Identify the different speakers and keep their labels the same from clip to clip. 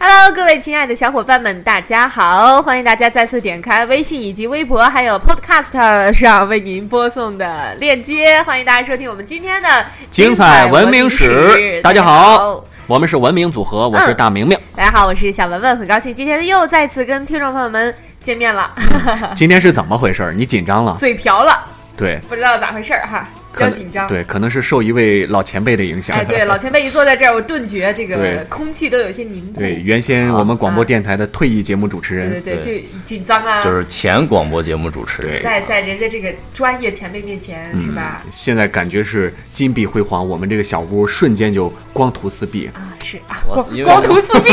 Speaker 1: Hello，各位亲爱的小伙伴们，大家好！欢迎大家再次点开微信以及微博，还有 Podcast 上为您播送的链接。欢迎大家收听我们今天的
Speaker 2: 精彩文明史大家好
Speaker 1: 大家好
Speaker 2: 我们是文明组
Speaker 1: 嗯
Speaker 2: 合，我是大明明。
Speaker 1: 大家好，我是小文文，很高兴今天又再次跟听众朋友们见面了，嗯
Speaker 2: 今天是怎么回事儿？你紧 张了？
Speaker 1: 嘴瓢了，
Speaker 2: 对，
Speaker 1: 不知道咋回事儿哈，比
Speaker 2: 可
Speaker 1: 较
Speaker 2: 能
Speaker 1: 紧张。
Speaker 2: 对，可能是受一位老前辈的影响。
Speaker 1: 哎，对，老前辈一坐在这儿，我顿觉这个
Speaker 2: 对
Speaker 1: 空气都有些凝固。
Speaker 2: 对原先我们广播电台的退役节目主持人，
Speaker 1: 嗯对对
Speaker 3: 对
Speaker 1: 就紧张啊，
Speaker 3: 就是前广播节目主持人。
Speaker 1: 在在人家这个专业前辈面前、是吧？
Speaker 2: 现在感觉是金碧辉煌，我们这个小屋瞬间就光图四壁。
Speaker 1: 啊，是啊，
Speaker 3: 我
Speaker 1: 光
Speaker 3: 因为
Speaker 1: 光图四壁，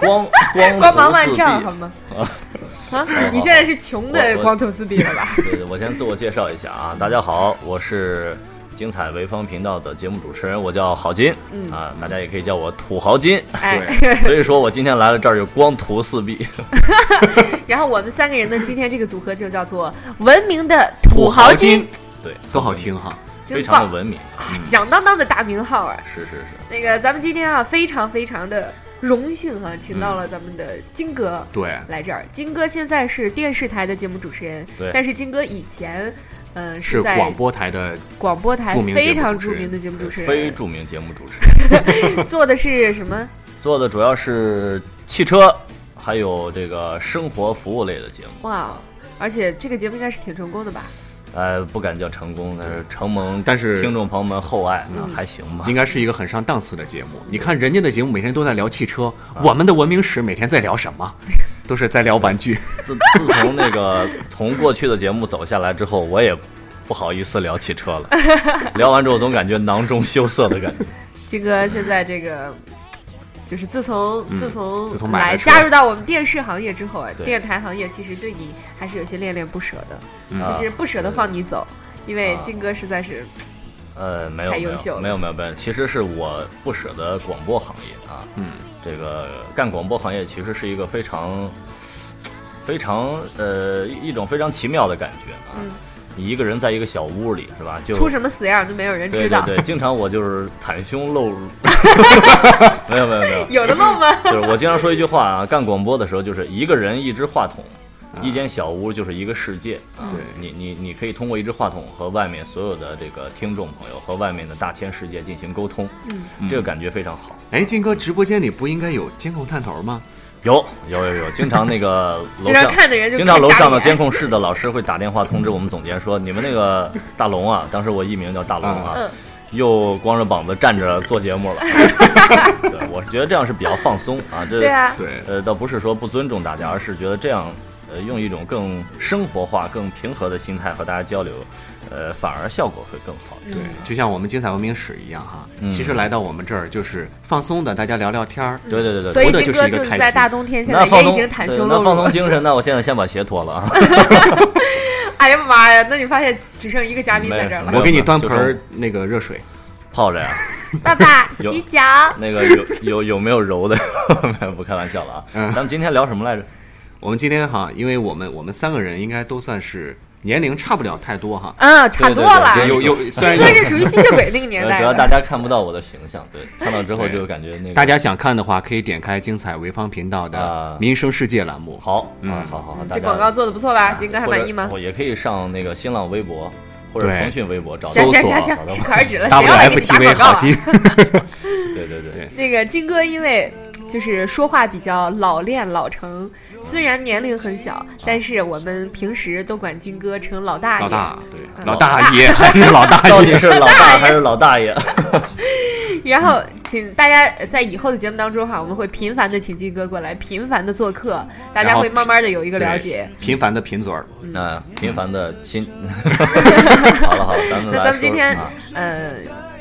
Speaker 3: 光
Speaker 1: 光
Speaker 3: 光
Speaker 1: 芒
Speaker 3: 芒
Speaker 1: 万
Speaker 3: 万
Speaker 1: 丈，
Speaker 3: 丈，
Speaker 1: 好
Speaker 3: 好吗？
Speaker 1: 吗？啊，你现在是穷的
Speaker 3: 我我
Speaker 1: 光头四壁了吧？
Speaker 3: 对对，我先自我介绍一下啊，大家好，我是精彩潍坊频道的节目主持人，我叫郝金，
Speaker 1: 嗯
Speaker 3: 啊，大家也可以叫我土豪金。
Speaker 1: 哎，
Speaker 3: 所以说我今天来了这儿就光图四壁，
Speaker 1: 然后我们三个人呢，今天这个组合就叫做文明的土
Speaker 2: 土
Speaker 1: 豪
Speaker 2: 豪
Speaker 1: 金
Speaker 2: 金，
Speaker 3: 对，
Speaker 2: 多好，听哈！
Speaker 1: 真
Speaker 3: 非常的
Speaker 1: 棒，
Speaker 3: 文明，
Speaker 1: 啊响当当的大名号啊！
Speaker 3: 是是是，
Speaker 1: 那个，咱们今天啊，非常非常的荣幸啊，请到了咱们的金哥
Speaker 2: 对，
Speaker 1: 来这儿。金哥现在是电视台的节目主持人，
Speaker 3: 对
Speaker 1: 但是金哥以前，嗯，
Speaker 2: 是
Speaker 1: 在
Speaker 2: 广播台的，
Speaker 1: 广播台
Speaker 2: 著名节目
Speaker 1: 非常
Speaker 2: 主持
Speaker 1: 著
Speaker 2: 人
Speaker 1: 名的节目主持
Speaker 3: 非
Speaker 1: 人，
Speaker 3: 著名节目主持人，
Speaker 1: 做的是什么？
Speaker 3: 做的主要是汽车，还有这个生活服务类的节目。
Speaker 1: 哇，而且这个节目应该是挺成功的吧？
Speaker 3: 呃，不敢叫成功，但是承蒙
Speaker 2: 但是
Speaker 3: 听众朋友们厚爱，
Speaker 1: 嗯
Speaker 3: 那还行吧
Speaker 2: 应。该是一个很上档次的节目。你看人家的节目每天都在聊汽车，
Speaker 1: 嗯
Speaker 2: 我们的文明史每天在聊什么？都是在聊 玩具。
Speaker 3: 自自从那个从过去的节目走下来之后，我也不好意思聊汽车了。聊完之后，总感觉囊中羞涩的感觉。
Speaker 1: 金哥现在这个，就是自从、
Speaker 2: 嗯
Speaker 1: 自从
Speaker 2: 自从买了
Speaker 1: 来
Speaker 2: 车
Speaker 1: 加入到我们电视行业之后啊，
Speaker 3: 对
Speaker 1: 电台行业其实对你还是有些恋恋不舍的，
Speaker 2: 嗯
Speaker 1: 其实不舍得放你走，因为
Speaker 3: 啊
Speaker 1: 金哥实在是，
Speaker 3: 呃，没有
Speaker 1: 太
Speaker 3: 没
Speaker 1: 优秀
Speaker 3: 有
Speaker 1: 了
Speaker 3: 没有没有没有，其实是我不舍得广播行业啊。
Speaker 2: 嗯，
Speaker 3: 这个干广播行业其实是一个非常非常呃一一种非常奇妙的感觉啊。
Speaker 1: 嗯
Speaker 3: 你一个人在一个小屋里是吧？就
Speaker 1: 出什么啊死样都没有人
Speaker 3: 对
Speaker 1: 知
Speaker 3: 对
Speaker 1: 道，
Speaker 3: 对，经常我就是袒胸露乳， 没有没有没有，
Speaker 1: 有的梦吗？
Speaker 3: 就是我经常说一句话啊，干广播的时候就是一个人一支话筒，
Speaker 1: 啊
Speaker 3: 一间小屋就是一个世界啊。
Speaker 2: 对
Speaker 3: 你你你可以通过一支话筒和外面所有的这个听众朋友和外面的大千世界进行沟通，
Speaker 2: 嗯
Speaker 3: 这个感觉非常好。
Speaker 2: 哎，金哥，直播间里不应该有监控探头吗？
Speaker 3: 有有有有，经常那 个楼
Speaker 1: 经常
Speaker 3: 上。
Speaker 1: 看的人就
Speaker 3: 经常楼上的监
Speaker 1: 控，
Speaker 3: 控室的老师会打电话通知我们总监说，你们那个大龙啊，当时我艺名叫大龙啊，
Speaker 1: 嗯
Speaker 3: 又光着膀子站着做节目了。 对，我是觉得这样是比较放松啊，这
Speaker 1: 对啊，
Speaker 2: 对，
Speaker 3: 呃，倒不是说不尊重大家，而是觉得这样，呃，用一种更生活化、更平和的心态和大家交流，呃，反而效果会更好。
Speaker 1: 嗯
Speaker 2: 对，就像我们精彩文明史一样哈。
Speaker 3: 嗯
Speaker 2: 其实来到我们这儿就是放松的，大家聊聊天儿。
Speaker 3: 对对对对，
Speaker 1: 所以
Speaker 2: 活的
Speaker 1: 金
Speaker 2: 就是
Speaker 1: 哥
Speaker 2: 一个
Speaker 1: 就是
Speaker 2: 开
Speaker 1: 在
Speaker 2: 心
Speaker 1: 大冬天现在
Speaker 3: 那放
Speaker 1: 也已
Speaker 3: 松
Speaker 1: 经袒
Speaker 3: 对
Speaker 1: 胸
Speaker 3: 那
Speaker 1: 露
Speaker 3: 放
Speaker 1: 乳
Speaker 3: 松
Speaker 1: 了。
Speaker 3: 精神，那我现在先把鞋脱了啊。
Speaker 1: 哎呀妈呀，那你发现只剩一个嘉宾在这儿
Speaker 3: 没
Speaker 1: 了
Speaker 3: 有，
Speaker 2: 我给你端
Speaker 3: 就
Speaker 2: 盆
Speaker 3: 是
Speaker 2: 儿那个热水。
Speaker 3: 泡着呀，
Speaker 1: 爸爸
Speaker 3: 有
Speaker 1: 洗脚。
Speaker 3: 那个有有有没有揉的？ 没有不开玩笑了啊。
Speaker 2: 嗯
Speaker 3: 咱们今天聊什么来着？
Speaker 2: 我们今天哈，因为我们我们三个人应该都算是年龄差不了太多哈。
Speaker 1: 嗯，差
Speaker 3: 对
Speaker 1: 多
Speaker 3: 对
Speaker 1: 了。
Speaker 3: 对
Speaker 2: 有有， 虽然
Speaker 1: 金哥是属于吸血鬼那个年
Speaker 3: 呃
Speaker 1: 代
Speaker 3: 主要
Speaker 1: 的，
Speaker 3: 大家看不到我的形象，对，看到之后
Speaker 2: 对
Speaker 3: 就感觉那个
Speaker 2: 大家想看的话，可以点开精彩潍坊频道的
Speaker 3: 啊
Speaker 2: 《民生世界》栏目。
Speaker 3: 好啊
Speaker 2: 嗯，
Speaker 3: 好好好，
Speaker 1: 嗯
Speaker 3: 大
Speaker 1: 这
Speaker 3: 家
Speaker 1: 广告做的不错吧？金哥还满意吗
Speaker 3: 我？也可以上那个新浪微博或者
Speaker 2: 对
Speaker 3: 腾讯微博找
Speaker 1: 行
Speaker 2: 搜
Speaker 3: 到
Speaker 2: 索
Speaker 1: 行行行
Speaker 3: 好，的
Speaker 1: 适可而止了，谁
Speaker 2: W
Speaker 1: 要来给
Speaker 2: F
Speaker 1: 你
Speaker 2: T
Speaker 1: 打
Speaker 2: V
Speaker 1: 广告
Speaker 2: 好
Speaker 1: 啊？
Speaker 2: 金，
Speaker 3: 对对对，
Speaker 1: 那个金哥因为就是说话比较老练老成，虽然年龄很小，但是我们平时都管金哥称老大爷。
Speaker 2: 老大，
Speaker 3: 对
Speaker 1: 嗯
Speaker 2: 老大爷 还是老 大
Speaker 3: 到底
Speaker 2: 爷。
Speaker 3: 是老大还是老大 爷？
Speaker 1: 然后，请大家呃在以后的节目当中哈，我们会频繁的请金哥过来，频繁的做客，大家
Speaker 2: 然后
Speaker 1: 会慢慢的有一个了解。
Speaker 2: 对，频繁的贫嘴儿。
Speaker 3: 啊，频繁的 亲。好了好了，咱们
Speaker 1: 那
Speaker 3: 来说
Speaker 1: 咱们今天
Speaker 3: 啊
Speaker 1: 呃，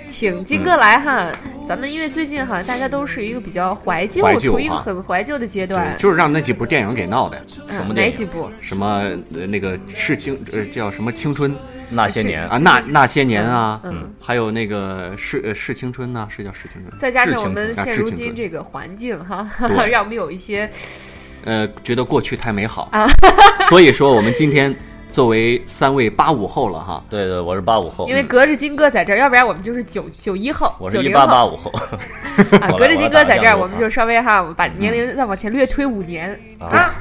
Speaker 1: 请金哥来哈。咱们因为最近哈，大家都是一个比较怀旧，
Speaker 2: 怀旧
Speaker 1: 处于一个
Speaker 2: 哈
Speaker 1: 很怀旧的阶段
Speaker 2: 对，。就是让那几部电影给闹的，
Speaker 1: 嗯，
Speaker 3: 么
Speaker 1: 哪
Speaker 3: 电影
Speaker 1: 几部？
Speaker 2: 什么呃那个是青呃叫什么青春
Speaker 3: 那些年
Speaker 2: 啊，那那些年啊，
Speaker 1: 嗯，
Speaker 2: 还有那个是呃是青春呐、是叫是青春，
Speaker 1: 再加上
Speaker 3: 致
Speaker 1: 我
Speaker 3: 敬
Speaker 1: 们
Speaker 2: 啊
Speaker 1: 现
Speaker 2: 致
Speaker 1: 如
Speaker 2: 敬
Speaker 1: 今这个环境哈，
Speaker 2: 对
Speaker 1: 让我们有一些
Speaker 2: 呃，觉得过去太美好，
Speaker 1: 啊
Speaker 2: 所以说我们今天作为三位八五后了哈，
Speaker 3: 对对，我是八五后，
Speaker 1: 因为隔着金哥在这儿，要不然我们就是九九一后、
Speaker 3: 哦我
Speaker 1: 九
Speaker 3: 是一
Speaker 1: 零
Speaker 3: 八八
Speaker 1: 后
Speaker 3: 五后，
Speaker 1: 啊。
Speaker 3: 我
Speaker 1: 隔
Speaker 3: 来我
Speaker 1: 着金
Speaker 3: 来
Speaker 1: 哥
Speaker 3: 打
Speaker 1: 在
Speaker 3: 酱
Speaker 1: 这儿，
Speaker 3: 油
Speaker 1: 我们
Speaker 3: 啊
Speaker 1: 就稍微哈，我们把年龄再往前略推五年，
Speaker 3: 啊，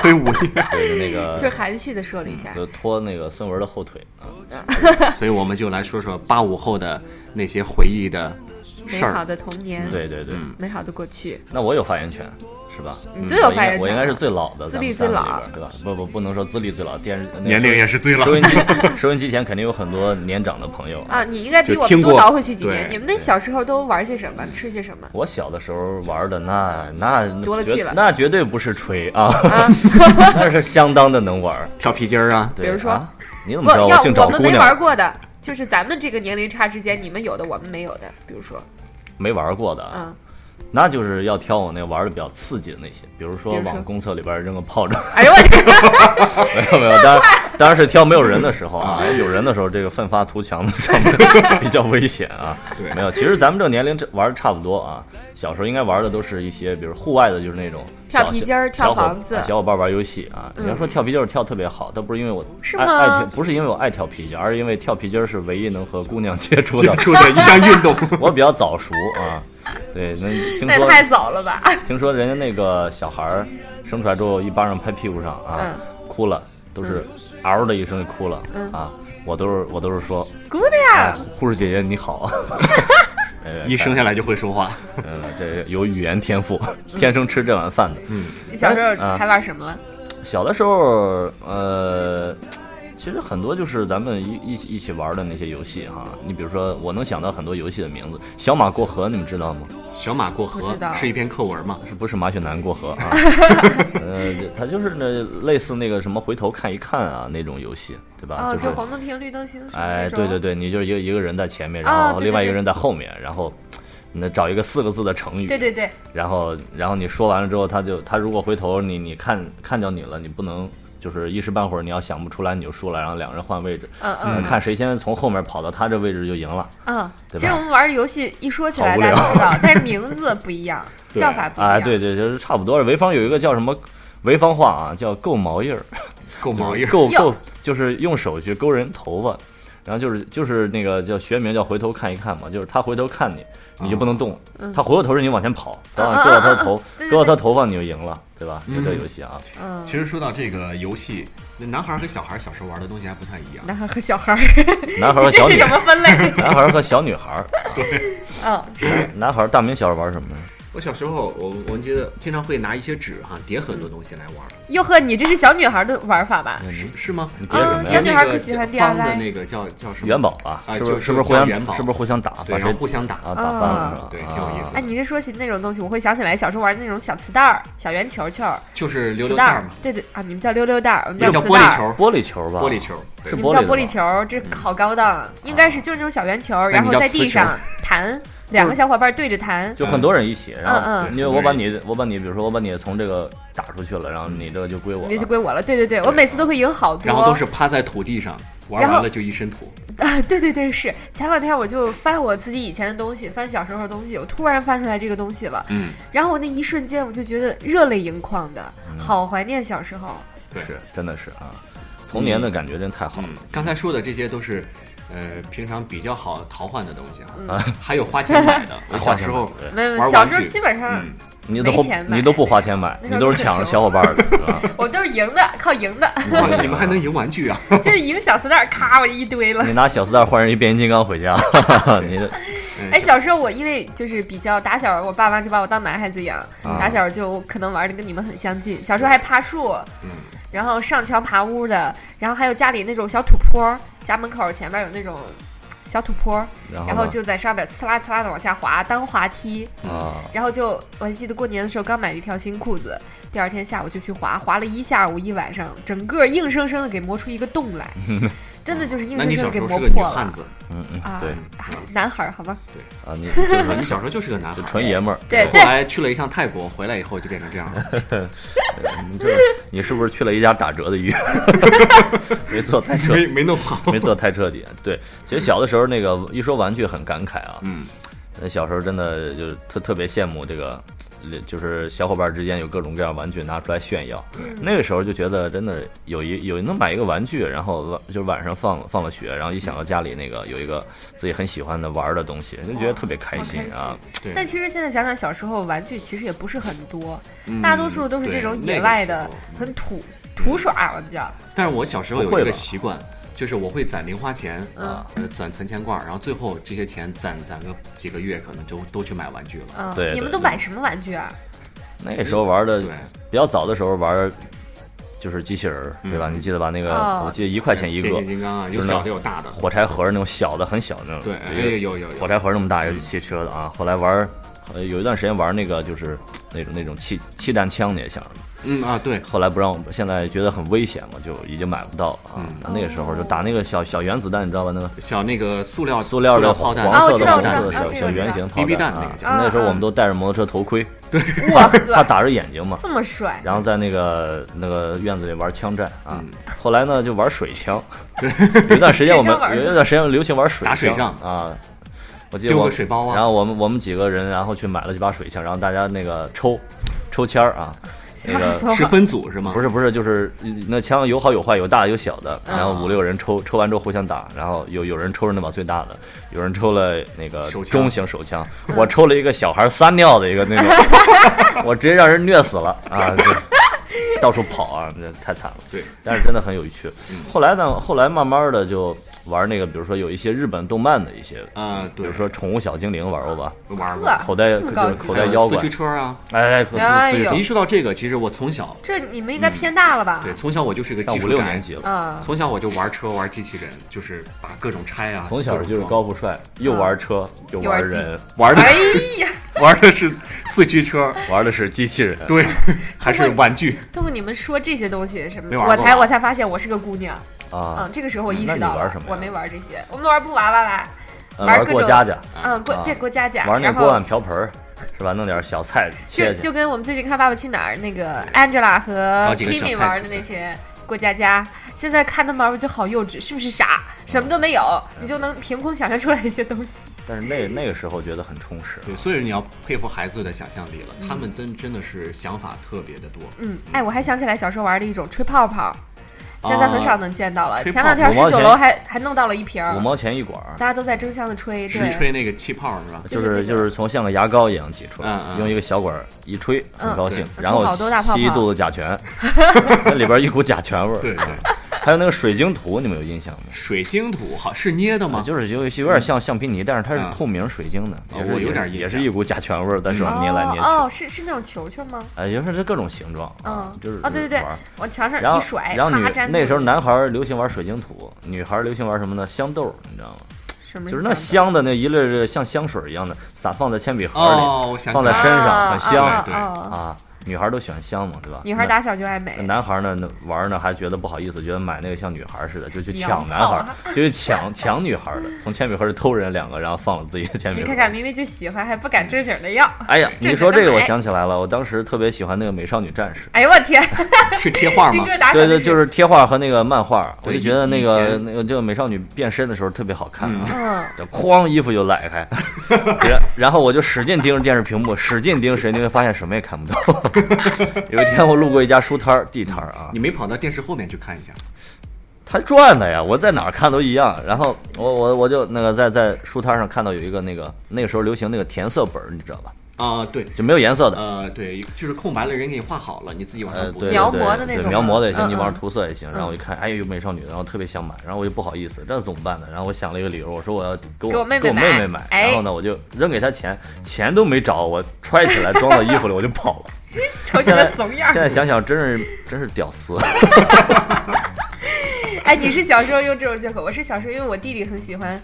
Speaker 2: 推五年，
Speaker 3: 对那个
Speaker 1: 就含蓄的说了一下，
Speaker 3: 就拖那个孙文的后腿啊，
Speaker 2: 所以我们就来说说八五后的那些回忆的
Speaker 1: 美
Speaker 2: 事
Speaker 1: 好
Speaker 2: 儿。
Speaker 1: 的童年，
Speaker 3: 对对对，
Speaker 1: 美好的过去，
Speaker 3: 那我有发言权是吧？
Speaker 1: 你最嗯有发言权了，啊
Speaker 3: 我应该是最老的，
Speaker 1: 资
Speaker 3: 咱
Speaker 1: 历
Speaker 3: 们
Speaker 1: 最
Speaker 3: 三个里
Speaker 1: 老
Speaker 3: 边对吧？不不，不能说资历最老，电视那个
Speaker 2: 年龄也是最老
Speaker 3: 收音机 收音机前肯定有很多年长的朋友。
Speaker 1: 啊，你应该比
Speaker 2: 就
Speaker 1: 我们
Speaker 2: 听
Speaker 1: 多
Speaker 2: 过
Speaker 1: 倒回去几年。
Speaker 2: 对
Speaker 1: 你们那小时候都玩些什么，吃些什么？
Speaker 3: 我小的时候玩的那那
Speaker 1: 多了去
Speaker 3: 绝
Speaker 1: 了
Speaker 3: 那绝对不是吹啊， 那是相当的能玩儿。
Speaker 2: 跳皮筋儿啊，
Speaker 3: 对
Speaker 1: 比如说
Speaker 3: 啊你怎
Speaker 1: 不
Speaker 3: 么知道
Speaker 1: 要
Speaker 3: 净找
Speaker 1: 我们
Speaker 3: 姑
Speaker 1: 没玩
Speaker 3: 娘？
Speaker 1: 过的，就是咱们这个年龄差之间，你们有的我们没有的，比如说，
Speaker 3: 没玩过的啊，
Speaker 1: 嗯，
Speaker 3: 那就是要挑我那玩的比较刺激的那些，比如
Speaker 1: 比
Speaker 3: 说
Speaker 1: 如说
Speaker 3: 往公厕里边扔个炮仗，
Speaker 1: 哎呦我 天，
Speaker 3: 没有没有，当然当然是挑没有人的时候啊，有人的时候这个奋发图强的场面 比较危险啊。
Speaker 2: 对
Speaker 3: 没有，其实咱们这个年龄这玩的差不多啊。小时候应该玩的都是一些，比如户外的，就是那种
Speaker 1: 跳
Speaker 3: 小
Speaker 1: 皮筋儿
Speaker 3: 小
Speaker 1: 跳
Speaker 3: 伙
Speaker 1: 房子
Speaker 3: 啊小伙伴玩游戏啊。
Speaker 1: 嗯
Speaker 3: 你要说跳皮筋儿跳特别好，倒不是因为我
Speaker 1: 是
Speaker 3: 爱
Speaker 1: 吗
Speaker 3: 爱跳，不是因为我爱跳皮筋儿，而是因为跳皮筋儿是唯一能和姑娘接触的。
Speaker 2: 出的一项运动。
Speaker 3: 我比较早熟啊，对，那听
Speaker 1: 那也
Speaker 3: 说
Speaker 1: 太早了吧？
Speaker 3: 听说人家那个小孩儿生出来之后，一巴掌拍屁股上啊，哭了，都是嗷的一声就哭了、
Speaker 1: 嗯啊
Speaker 3: 啊。我都是我都是说，
Speaker 1: 姑
Speaker 3: 哎
Speaker 1: 娘，
Speaker 3: 护士姐姐你 好，哎
Speaker 2: 一生下来就会说话，
Speaker 3: 嗯，这有语言天赋，天生吃这碗饭的。
Speaker 1: 你小时候
Speaker 3: 啊
Speaker 1: 还玩什么了？
Speaker 3: 小的时候，呃，其实很多就是咱们一一起一起玩的那些游戏哈。你比如说，我能想到很多游戏的名字，小马过河，你们知道吗？
Speaker 2: 小马过
Speaker 1: 不
Speaker 2: 河
Speaker 1: 知道
Speaker 2: 是一篇课文嘛？
Speaker 3: 是不是马雪男过河 啊？呃，它就是那类似那个什么回头看一看啊那种游戏，对吧？
Speaker 1: 哦，
Speaker 3: 就是
Speaker 1: 就红灯停绿灯行，
Speaker 3: 哎，对对对，你就是一个一个人在前面，
Speaker 1: 哦
Speaker 3: 然后
Speaker 1: 对对
Speaker 3: 另外一个
Speaker 1: 对
Speaker 3: 人在后面，然后那找一个四个字的成语，
Speaker 1: 对对对，
Speaker 3: 然后然后你说完了之后，他就他如果回头你你看看见你了，你不能就是一时半会儿你要想不出来你就输了，然后两人换位置，
Speaker 1: 嗯嗯
Speaker 3: 看谁先从后面跑到他这位置就赢了。
Speaker 1: 嗯。
Speaker 3: 对吧
Speaker 1: 其实我们玩的游戏一说起来
Speaker 3: 好无
Speaker 1: 大
Speaker 3: 聊
Speaker 1: 家都知道， 但是名字不一样，
Speaker 3: 对
Speaker 1: 叫法不一
Speaker 3: 哎，
Speaker 1: 样。
Speaker 3: 对对，就是差不多。潍坊有一个叫什么潍坊话啊，叫够毛印儿，
Speaker 2: 够毛印儿，
Speaker 3: 够
Speaker 1: 哟
Speaker 3: 够就是用手去勾人头发。然后就是就是那个叫学名叫回头看一看嘛，就是他回头看你，你就不能
Speaker 2: 哦
Speaker 3: 动；
Speaker 1: 嗯
Speaker 3: 他回过头时你往前跑，早晚
Speaker 1: 嗯
Speaker 3: 割到他头，
Speaker 1: 对对
Speaker 3: 割到他头发你就赢了，对吧？就这
Speaker 2: 嗯
Speaker 3: 游戏啊，
Speaker 1: 嗯，
Speaker 2: 其实说到这个游戏，那男孩儿和小孩儿小时候玩的东西还不太一样。
Speaker 1: 男孩和小孩儿，
Speaker 3: 男孩儿和小
Speaker 1: 这
Speaker 3: 女
Speaker 1: 是什
Speaker 3: 孩
Speaker 1: 么 分类？
Speaker 3: 男孩儿和小女孩 儿，啊
Speaker 1: 嗯，
Speaker 3: 男孩儿大明小时候玩什么呢？
Speaker 2: 我小时候，我我记得经常会拿一些纸哈叠很多东西来玩儿，
Speaker 1: 哟呵，你这是小女孩的玩法吧？
Speaker 3: 嗯
Speaker 2: 是是吗？
Speaker 3: 你叠什么
Speaker 1: 嗯
Speaker 3: 呀
Speaker 1: 小？女孩
Speaker 2: 那
Speaker 1: 可
Speaker 2: 个
Speaker 1: 喜欢
Speaker 2: 方的
Speaker 1: DIY
Speaker 2: 那个叫叫什么？
Speaker 3: 元宝吧，
Speaker 2: 哎
Speaker 3: 是不
Speaker 2: 就是
Speaker 3: 是不是互
Speaker 2: 叫
Speaker 3: 相
Speaker 2: 元宝
Speaker 3: 是不是互相打？
Speaker 2: 对，
Speaker 3: 把
Speaker 2: 然
Speaker 3: 谁
Speaker 2: 后互相打。
Speaker 3: 啊打翻了是吧
Speaker 1: 啊？
Speaker 2: 对挺有意思
Speaker 1: 哎，你这说起那种东西，我会想起来小时候玩那种小磁带儿、小圆球球、
Speaker 2: 就是溜
Speaker 1: 磁
Speaker 2: 溜
Speaker 1: 带
Speaker 2: 袋
Speaker 1: 儿
Speaker 2: 儿嘛，，
Speaker 1: 对对啊，你们叫溜溜袋儿，我们
Speaker 2: 那
Speaker 1: 磁
Speaker 2: 叫
Speaker 1: 带
Speaker 2: 玻璃
Speaker 1: 儿。
Speaker 2: 球，
Speaker 3: 玻璃球吧，
Speaker 2: 玻璃球，对
Speaker 3: 是
Speaker 1: 你
Speaker 3: 玻璃
Speaker 1: 们叫
Speaker 3: 的
Speaker 1: 玻
Speaker 3: 吧
Speaker 1: 璃球，这好高档，应该是就是那种小圆球，
Speaker 2: 你
Speaker 1: 然后
Speaker 2: 叫
Speaker 1: 在
Speaker 2: 磁
Speaker 1: 地
Speaker 2: 球
Speaker 1: 上弹，两个小伙伴对着弹，
Speaker 3: 就很多人一起，然后
Speaker 1: 嗯
Speaker 2: 嗯
Speaker 3: 因为我把你，我把你，比如说我把你从这个打出去了，然后你这个就归我
Speaker 1: 那就
Speaker 3: 了。
Speaker 1: 归我了。对对对，我每次都会赢好多。
Speaker 2: 然后都是趴在土地上，玩
Speaker 1: 然后
Speaker 2: 完了就一身土。
Speaker 1: 啊， 对对对，是。前两天我就翻我自己以前的东西，翻小时候的东西，我突然翻出来这个东西了，
Speaker 2: 嗯，
Speaker 1: 然后我那一瞬间我就觉得热泪盈眶的，
Speaker 2: 嗯
Speaker 1: 好怀念小时候。
Speaker 2: 对
Speaker 3: 是，真的是啊，童年的感觉真太好了
Speaker 2: 嗯。，刚才说的这些都是，呃，平常比较好淘换的东西啊，
Speaker 1: 嗯
Speaker 2: 还有花钱买 的。我小时候，
Speaker 3: 对
Speaker 1: 没有，没有
Speaker 2: 玩
Speaker 1: 小
Speaker 2: 玩
Speaker 1: 时候
Speaker 2: 具
Speaker 1: 基本上
Speaker 2: 嗯，
Speaker 3: 你都
Speaker 1: 没钱买
Speaker 3: 你都不花钱买，
Speaker 1: 那时候
Speaker 3: 你都是抢着小伙伴的，啊是吧
Speaker 1: 我都是赢的，靠赢的，
Speaker 2: 哇， 你们还能赢玩具啊？
Speaker 1: 就是赢小磁带儿，咔，我一堆 了
Speaker 3: 你。拿小丝带换人一变形金刚 回家， 你这
Speaker 2: 嗯
Speaker 1: 哎，小时候我因为就是比较打小，我爸妈就把我当男孩子养，
Speaker 2: 啊
Speaker 1: 打小就可能玩的跟你们很相近。小时候还爬树，
Speaker 2: 嗯
Speaker 1: 然后上墙爬屋的，然后还有家里那种小土坡儿，家门口前面有那种小土坡儿，
Speaker 2: 哦
Speaker 3: 然
Speaker 1: 然
Speaker 3: 后
Speaker 1: 后
Speaker 3: 呢
Speaker 1: 就在上面呲啦呲啦的往下滑，当滑梯。
Speaker 3: 啊，
Speaker 1: 然后就我还记得过年的时候刚买了一条新裤子，第 二天下午就去滑，滑了一下午一晚上，整个硬生生的给磨出一个洞来。真的就是硬
Speaker 2: 那
Speaker 1: 生
Speaker 2: 你
Speaker 1: 生
Speaker 2: 小
Speaker 1: 给
Speaker 2: 时候
Speaker 1: 磨
Speaker 2: 是个女
Speaker 1: 破
Speaker 2: 汉
Speaker 1: 了
Speaker 2: 子，
Speaker 3: 嗯嗯，
Speaker 1: 啊
Speaker 3: 对，！
Speaker 1: 啊男孩儿，好吧，
Speaker 3: 啊，你就是
Speaker 2: 啊你
Speaker 3: 你
Speaker 2: 小时候就是个男孩
Speaker 3: 就
Speaker 2: 儿，
Speaker 3: 纯爷们儿，
Speaker 1: 对
Speaker 2: 后来去了一趟泰国，回来以后就变成这 样了。
Speaker 3: 你这你是不是去了一家打折的鱼？ 没做太彻
Speaker 2: 没没弄好。
Speaker 3: 没做太彻底。对，其实小的时候那个一说玩具很感慨啊，
Speaker 2: 嗯，
Speaker 3: 那小时候真的就是特特别羡慕这个，就是小伙伴之间有各种各样玩具拿出来炫耀。 那个时候就觉得真的有一有能买一个玩具，然后晚就是晚上放放了学，然后一想到家里那个有一个自己很喜欢的玩儿的东西，就觉得特别开心啊。
Speaker 2: 对。
Speaker 1: 但其实现在想想，小时候玩具其实也不是很多，
Speaker 3: 嗯
Speaker 1: 大多
Speaker 2: 嗯
Speaker 1: 数都是这种野外的，很土土耍，我们叫。
Speaker 2: 但是我小时候
Speaker 3: 不
Speaker 2: 有
Speaker 3: 会
Speaker 2: 一个
Speaker 3: 吧
Speaker 2: 习惯，就是我会攒零花钱，
Speaker 1: 嗯
Speaker 2: 呃，攒存钱罐儿，然后最后这些钱攒攒个几个月，可能就都去买玩具了。
Speaker 1: 嗯，
Speaker 3: 对
Speaker 1: 你们
Speaker 3: 对
Speaker 1: 都买什么玩具啊？
Speaker 3: 那个时候玩的
Speaker 2: 对，
Speaker 3: 比较早的时候玩儿就是机器人儿，对吧？
Speaker 2: 嗯
Speaker 3: 你记得吧？那个
Speaker 1: 哦
Speaker 3: 我记得一块钱一个
Speaker 2: 变，形金刚啊，有
Speaker 3: 就是那
Speaker 2: 小的有大的。
Speaker 3: 火柴盒儿那种小的很小的那种，
Speaker 2: 对，
Speaker 3: 就
Speaker 2: 哎
Speaker 3: 是
Speaker 2: 有嗯有有
Speaker 3: 火柴盒那么大一个汽车的啊。后来玩儿，呃，有一段时间玩那个就是那种那种气气弹枪，你也想着买。
Speaker 2: 嗯啊，对，
Speaker 3: 后来不让我们，现在觉得很危险嘛，就已经买不到了啊
Speaker 2: 嗯。
Speaker 3: 那那个时候就打那个小小原子弹，你知道吧？那个
Speaker 2: 小那个塑料
Speaker 3: 塑料的
Speaker 2: 炮
Speaker 3: 黄
Speaker 2: 弹，
Speaker 1: 啊我
Speaker 3: 色
Speaker 1: 知
Speaker 3: 的
Speaker 1: 道
Speaker 3: 黄
Speaker 1: 我知道
Speaker 3: 色的
Speaker 1: 啊
Speaker 3: 小
Speaker 1: 这个
Speaker 3: 小
Speaker 1: 我知
Speaker 3: 圆
Speaker 1: 道
Speaker 3: 形炮
Speaker 2: BB 弹那
Speaker 3: 啊
Speaker 2: 个。叫
Speaker 3: 那时候我
Speaker 1: 嗯
Speaker 3: 们都戴着摩托车头盔，
Speaker 1: 我
Speaker 3: 怕
Speaker 1: 呵，
Speaker 3: 打着眼睛嘛。
Speaker 1: 这么帅，
Speaker 3: 然后在那个那个院子里玩枪战啊
Speaker 2: 嗯。
Speaker 3: 后来呢，就玩水枪， 有一段时间我们
Speaker 1: 水枪玩儿
Speaker 3: 有一段时间流行玩水
Speaker 2: 打水
Speaker 3: 枪
Speaker 2: 仗
Speaker 3: 啊。我记得
Speaker 2: 丢
Speaker 3: 我
Speaker 2: 个水包
Speaker 3: 然
Speaker 2: 啊，
Speaker 3: 后我们我们几个人，然后去买了几把水枪，然后大家那个抽抽签儿啊，
Speaker 1: 吓
Speaker 3: 那个
Speaker 1: 死我
Speaker 2: 是
Speaker 1: 了！
Speaker 2: 分组是吗？
Speaker 3: 不是不是，就是那枪有好有坏，有大有小的，然后
Speaker 2: 啊
Speaker 3: 五六人抽，抽完之后互相打，然后有有人抽着那把最大的，有人抽了那个
Speaker 2: 手枪
Speaker 3: 中型手枪，我抽了一个小孩撒尿的一个那个，我直接让人虐死了啊！就到处跑啊，那太惨了。
Speaker 2: 对，
Speaker 3: 但是真的很有趣
Speaker 2: 嗯。
Speaker 3: 后来呢，后来慢慢的就玩那个，比如说有一些日本动漫的一些，
Speaker 2: 啊，
Speaker 3: 比
Speaker 2: 对
Speaker 3: 如，说《宠物小精灵》玩过吧？
Speaker 2: 玩
Speaker 1: 呵
Speaker 2: 过，
Speaker 3: 口袋
Speaker 1: 这么高
Speaker 3: 就是
Speaker 1: 级
Speaker 3: 口袋
Speaker 2: 还有
Speaker 3: 妖
Speaker 2: 四
Speaker 3: 怪
Speaker 2: 驱，车啊。
Speaker 3: 哎，可
Speaker 1: 哎
Speaker 3: 四
Speaker 1: 呦
Speaker 2: 一说到这个，其实我从小
Speaker 1: 这你们应
Speaker 3: 嗯
Speaker 1: 该偏大了吧？
Speaker 2: 对从小我就是一个
Speaker 3: 上
Speaker 2: 技
Speaker 3: 五
Speaker 2: 术
Speaker 3: 六
Speaker 2: 宅
Speaker 3: 年，级了，
Speaker 1: 嗯，
Speaker 2: 从小我就玩车玩机器人，就是把各种拆啊，
Speaker 3: 从小
Speaker 2: 各种
Speaker 3: 就是
Speaker 2: 装
Speaker 3: 高富帅，又玩车又
Speaker 1: 嗯又玩
Speaker 3: 玩人，
Speaker 2: 玩的
Speaker 1: 哎呀，
Speaker 2: 玩的是四驱车，
Speaker 3: 玩的是机器人。
Speaker 2: 对，
Speaker 1: 哎
Speaker 2: 还是玩具。
Speaker 1: 通过你们说这些东西什么
Speaker 2: 没
Speaker 1: 的，
Speaker 2: 玩
Speaker 1: 我
Speaker 2: 过
Speaker 1: 才
Speaker 2: 吧
Speaker 1: 我才发现我是个姑娘。
Speaker 3: 啊
Speaker 1: 嗯，，这个时候我意
Speaker 3: 那
Speaker 1: 识
Speaker 3: 你
Speaker 1: 到
Speaker 3: 玩
Speaker 1: 了
Speaker 3: 什么，呀
Speaker 1: 我没玩这些，我们玩布娃娃啦，
Speaker 3: 呃
Speaker 1: 玩
Speaker 3: 玩
Speaker 1: 各
Speaker 3: 过
Speaker 1: 种
Speaker 3: 家家，
Speaker 1: 嗯，过
Speaker 3: 啊
Speaker 1: 对过家家，
Speaker 3: 玩那
Speaker 1: 然
Speaker 3: 锅啊
Speaker 1: 后
Speaker 3: 碗瓢盆儿，是吧？弄点小菜
Speaker 1: 就
Speaker 3: 切切。
Speaker 1: 就跟我们最近看《爸爸去哪儿》那个 Angela 和
Speaker 2: 搞几个小
Speaker 1: Kimi
Speaker 2: 菜
Speaker 1: 玩的
Speaker 2: 吃
Speaker 1: 那些过家家，现在看他们玩，我就好幼稚，是不是傻？什么都没有，你就能凭空想象出来一些东西。
Speaker 3: 但是那那个时候觉得很充实。
Speaker 2: 对，所以你要佩服孩子的想象力了，他们真真的是想法特别的多。
Speaker 1: 嗯，哎，我还想起来小时候玩的一种吹泡泡，现在很
Speaker 3: 哦
Speaker 1: 少能见到了。
Speaker 2: 吹
Speaker 1: 前
Speaker 2: 泡
Speaker 1: 两天
Speaker 3: 五毛
Speaker 1: 十九
Speaker 3: 钱
Speaker 1: 楼还还弄到了一瓶儿，
Speaker 3: 五毛钱一管儿，
Speaker 1: 大家都在争相的吹，
Speaker 2: 是
Speaker 1: 对，
Speaker 2: 吹那个气泡是吧？
Speaker 1: 就
Speaker 3: 就是是
Speaker 1: 这
Speaker 3: 就
Speaker 1: 个
Speaker 3: 是从像个牙膏一样挤出
Speaker 2: 嗯
Speaker 3: 来，
Speaker 2: 嗯
Speaker 3: 用一个小管儿一吹，很
Speaker 1: 嗯
Speaker 3: 高兴，
Speaker 1: 对
Speaker 3: 然
Speaker 1: 出
Speaker 3: 后
Speaker 1: 好多大泡
Speaker 3: 吸一
Speaker 1: 泡
Speaker 3: 肚子甲 醛，那里边儿一股甲醛味儿。
Speaker 2: 对对，
Speaker 3: 还有那个水晶图，你们有印象吗？
Speaker 2: 水晶土好是捏的
Speaker 3: 啊，
Speaker 2: 吗？
Speaker 3: 就是有有点像橡皮泥，但是它
Speaker 2: 嗯哦
Speaker 3: 是透明水晶的，也是
Speaker 2: 我有
Speaker 3: 也
Speaker 2: 点印
Speaker 3: 也
Speaker 2: 象
Speaker 3: 是一股甲醛味儿在手上捏来捏去，
Speaker 1: 哦哦，是是那种球球吗？
Speaker 3: 哎，就是这各种形状，啊
Speaker 1: 嗯，
Speaker 3: 就是
Speaker 1: 哦对对对
Speaker 3: 玩儿
Speaker 1: 往墙上
Speaker 3: 然后
Speaker 1: 一甩，
Speaker 3: 然后
Speaker 1: 啪
Speaker 3: 女
Speaker 1: 粘住
Speaker 3: 那时候
Speaker 1: 了
Speaker 3: 男孩儿流行玩水晶土，女孩儿流行玩什么呢？香豆儿，你知道吗？
Speaker 1: 什么
Speaker 3: 就是那香的那一粒儿像香水儿一样的，撒放在铅笔盒
Speaker 1: 嗯
Speaker 3: 里
Speaker 2: 哦，我想起
Speaker 3: 放在
Speaker 2: 来
Speaker 3: 身
Speaker 2: 了，
Speaker 3: 上很香
Speaker 1: 啊
Speaker 2: 对
Speaker 1: 啊
Speaker 2: 对
Speaker 1: 啊啊
Speaker 3: 啊，女孩儿都喜欢香嘛，对吧？
Speaker 1: 女孩
Speaker 3: 那呃
Speaker 1: 打小就爱美，
Speaker 3: 男孩儿呢，那玩儿呢还觉得不好意思，觉得买那个像女孩儿似的，就去
Speaker 1: 娘
Speaker 3: 抢男孩
Speaker 1: 炮啊
Speaker 3: 儿，就去抢抢女孩儿的，从铅笔盒里偷人两个，然后放了自己的铅笔
Speaker 1: 你
Speaker 3: 盒。
Speaker 1: 看看，明明就喜欢，还不敢正经的要。
Speaker 3: 哎呀，
Speaker 1: 这
Speaker 3: 你说
Speaker 1: 真
Speaker 3: 这
Speaker 1: 的
Speaker 3: 个，我
Speaker 1: 美
Speaker 3: 想起来了，我当时特别喜欢那个《美少女战士
Speaker 1: 哎呦我天，
Speaker 2: 是贴画
Speaker 1: 金
Speaker 2: 吗？
Speaker 1: 哥打
Speaker 3: 对对，
Speaker 1: 就，
Speaker 3: 就是是贴画和那个漫画，我就
Speaker 2: 对
Speaker 3: 觉得
Speaker 2: 以
Speaker 3: 那个
Speaker 2: 以前
Speaker 3: 那个这个美少女变身的时候特别好看啊，
Speaker 1: 嗯，
Speaker 3: 就哐衣服就拉 开，然然后我就使劲盯着电视屏幕，使劲盯，使劲盯，发现什么也看不到。 有一天我路过一家书摊儿地摊儿啊
Speaker 2: 你，没跑到电视后面去看一下？
Speaker 3: 它转的呀，我在哪儿看都一样。然后我我我就那个在在书摊上看到有一个那个那个时候流行那个填色本儿，你知道吧？
Speaker 2: 啊，对，
Speaker 3: 就没有颜色的。
Speaker 2: 呃，对，就是空白了，人给你画好了，你自己往
Speaker 3: 呃，
Speaker 2: 上补
Speaker 3: 对
Speaker 2: 色。
Speaker 3: 对
Speaker 1: 描
Speaker 3: 对
Speaker 1: 摹的那
Speaker 3: 对
Speaker 1: 种
Speaker 3: 描
Speaker 1: 吗
Speaker 3: 摹的也行，
Speaker 1: 嗯
Speaker 3: 你往上
Speaker 1: 嗯
Speaker 3: 涂色也行。然后我一看，哎，有美少女，然后特别想买，然后我就不好意思，这怎么办呢？然后我想了一个理由，我说我要给我
Speaker 1: 给我妹妹
Speaker 3: 妹
Speaker 1: 买
Speaker 3: 买，
Speaker 1: 哎
Speaker 3: 然后呢，我就扔给她钱，钱都没找，我揣起来装到衣服里，我就跑了。
Speaker 1: 瞅你
Speaker 3: 现
Speaker 1: 那
Speaker 3: 在
Speaker 1: 怂样
Speaker 3: 现
Speaker 1: 儿。
Speaker 3: 在想想，真是真是屌 丝。
Speaker 1: 哎，你是小时候用这种借口，我是小时候因为我弟弟很喜欢，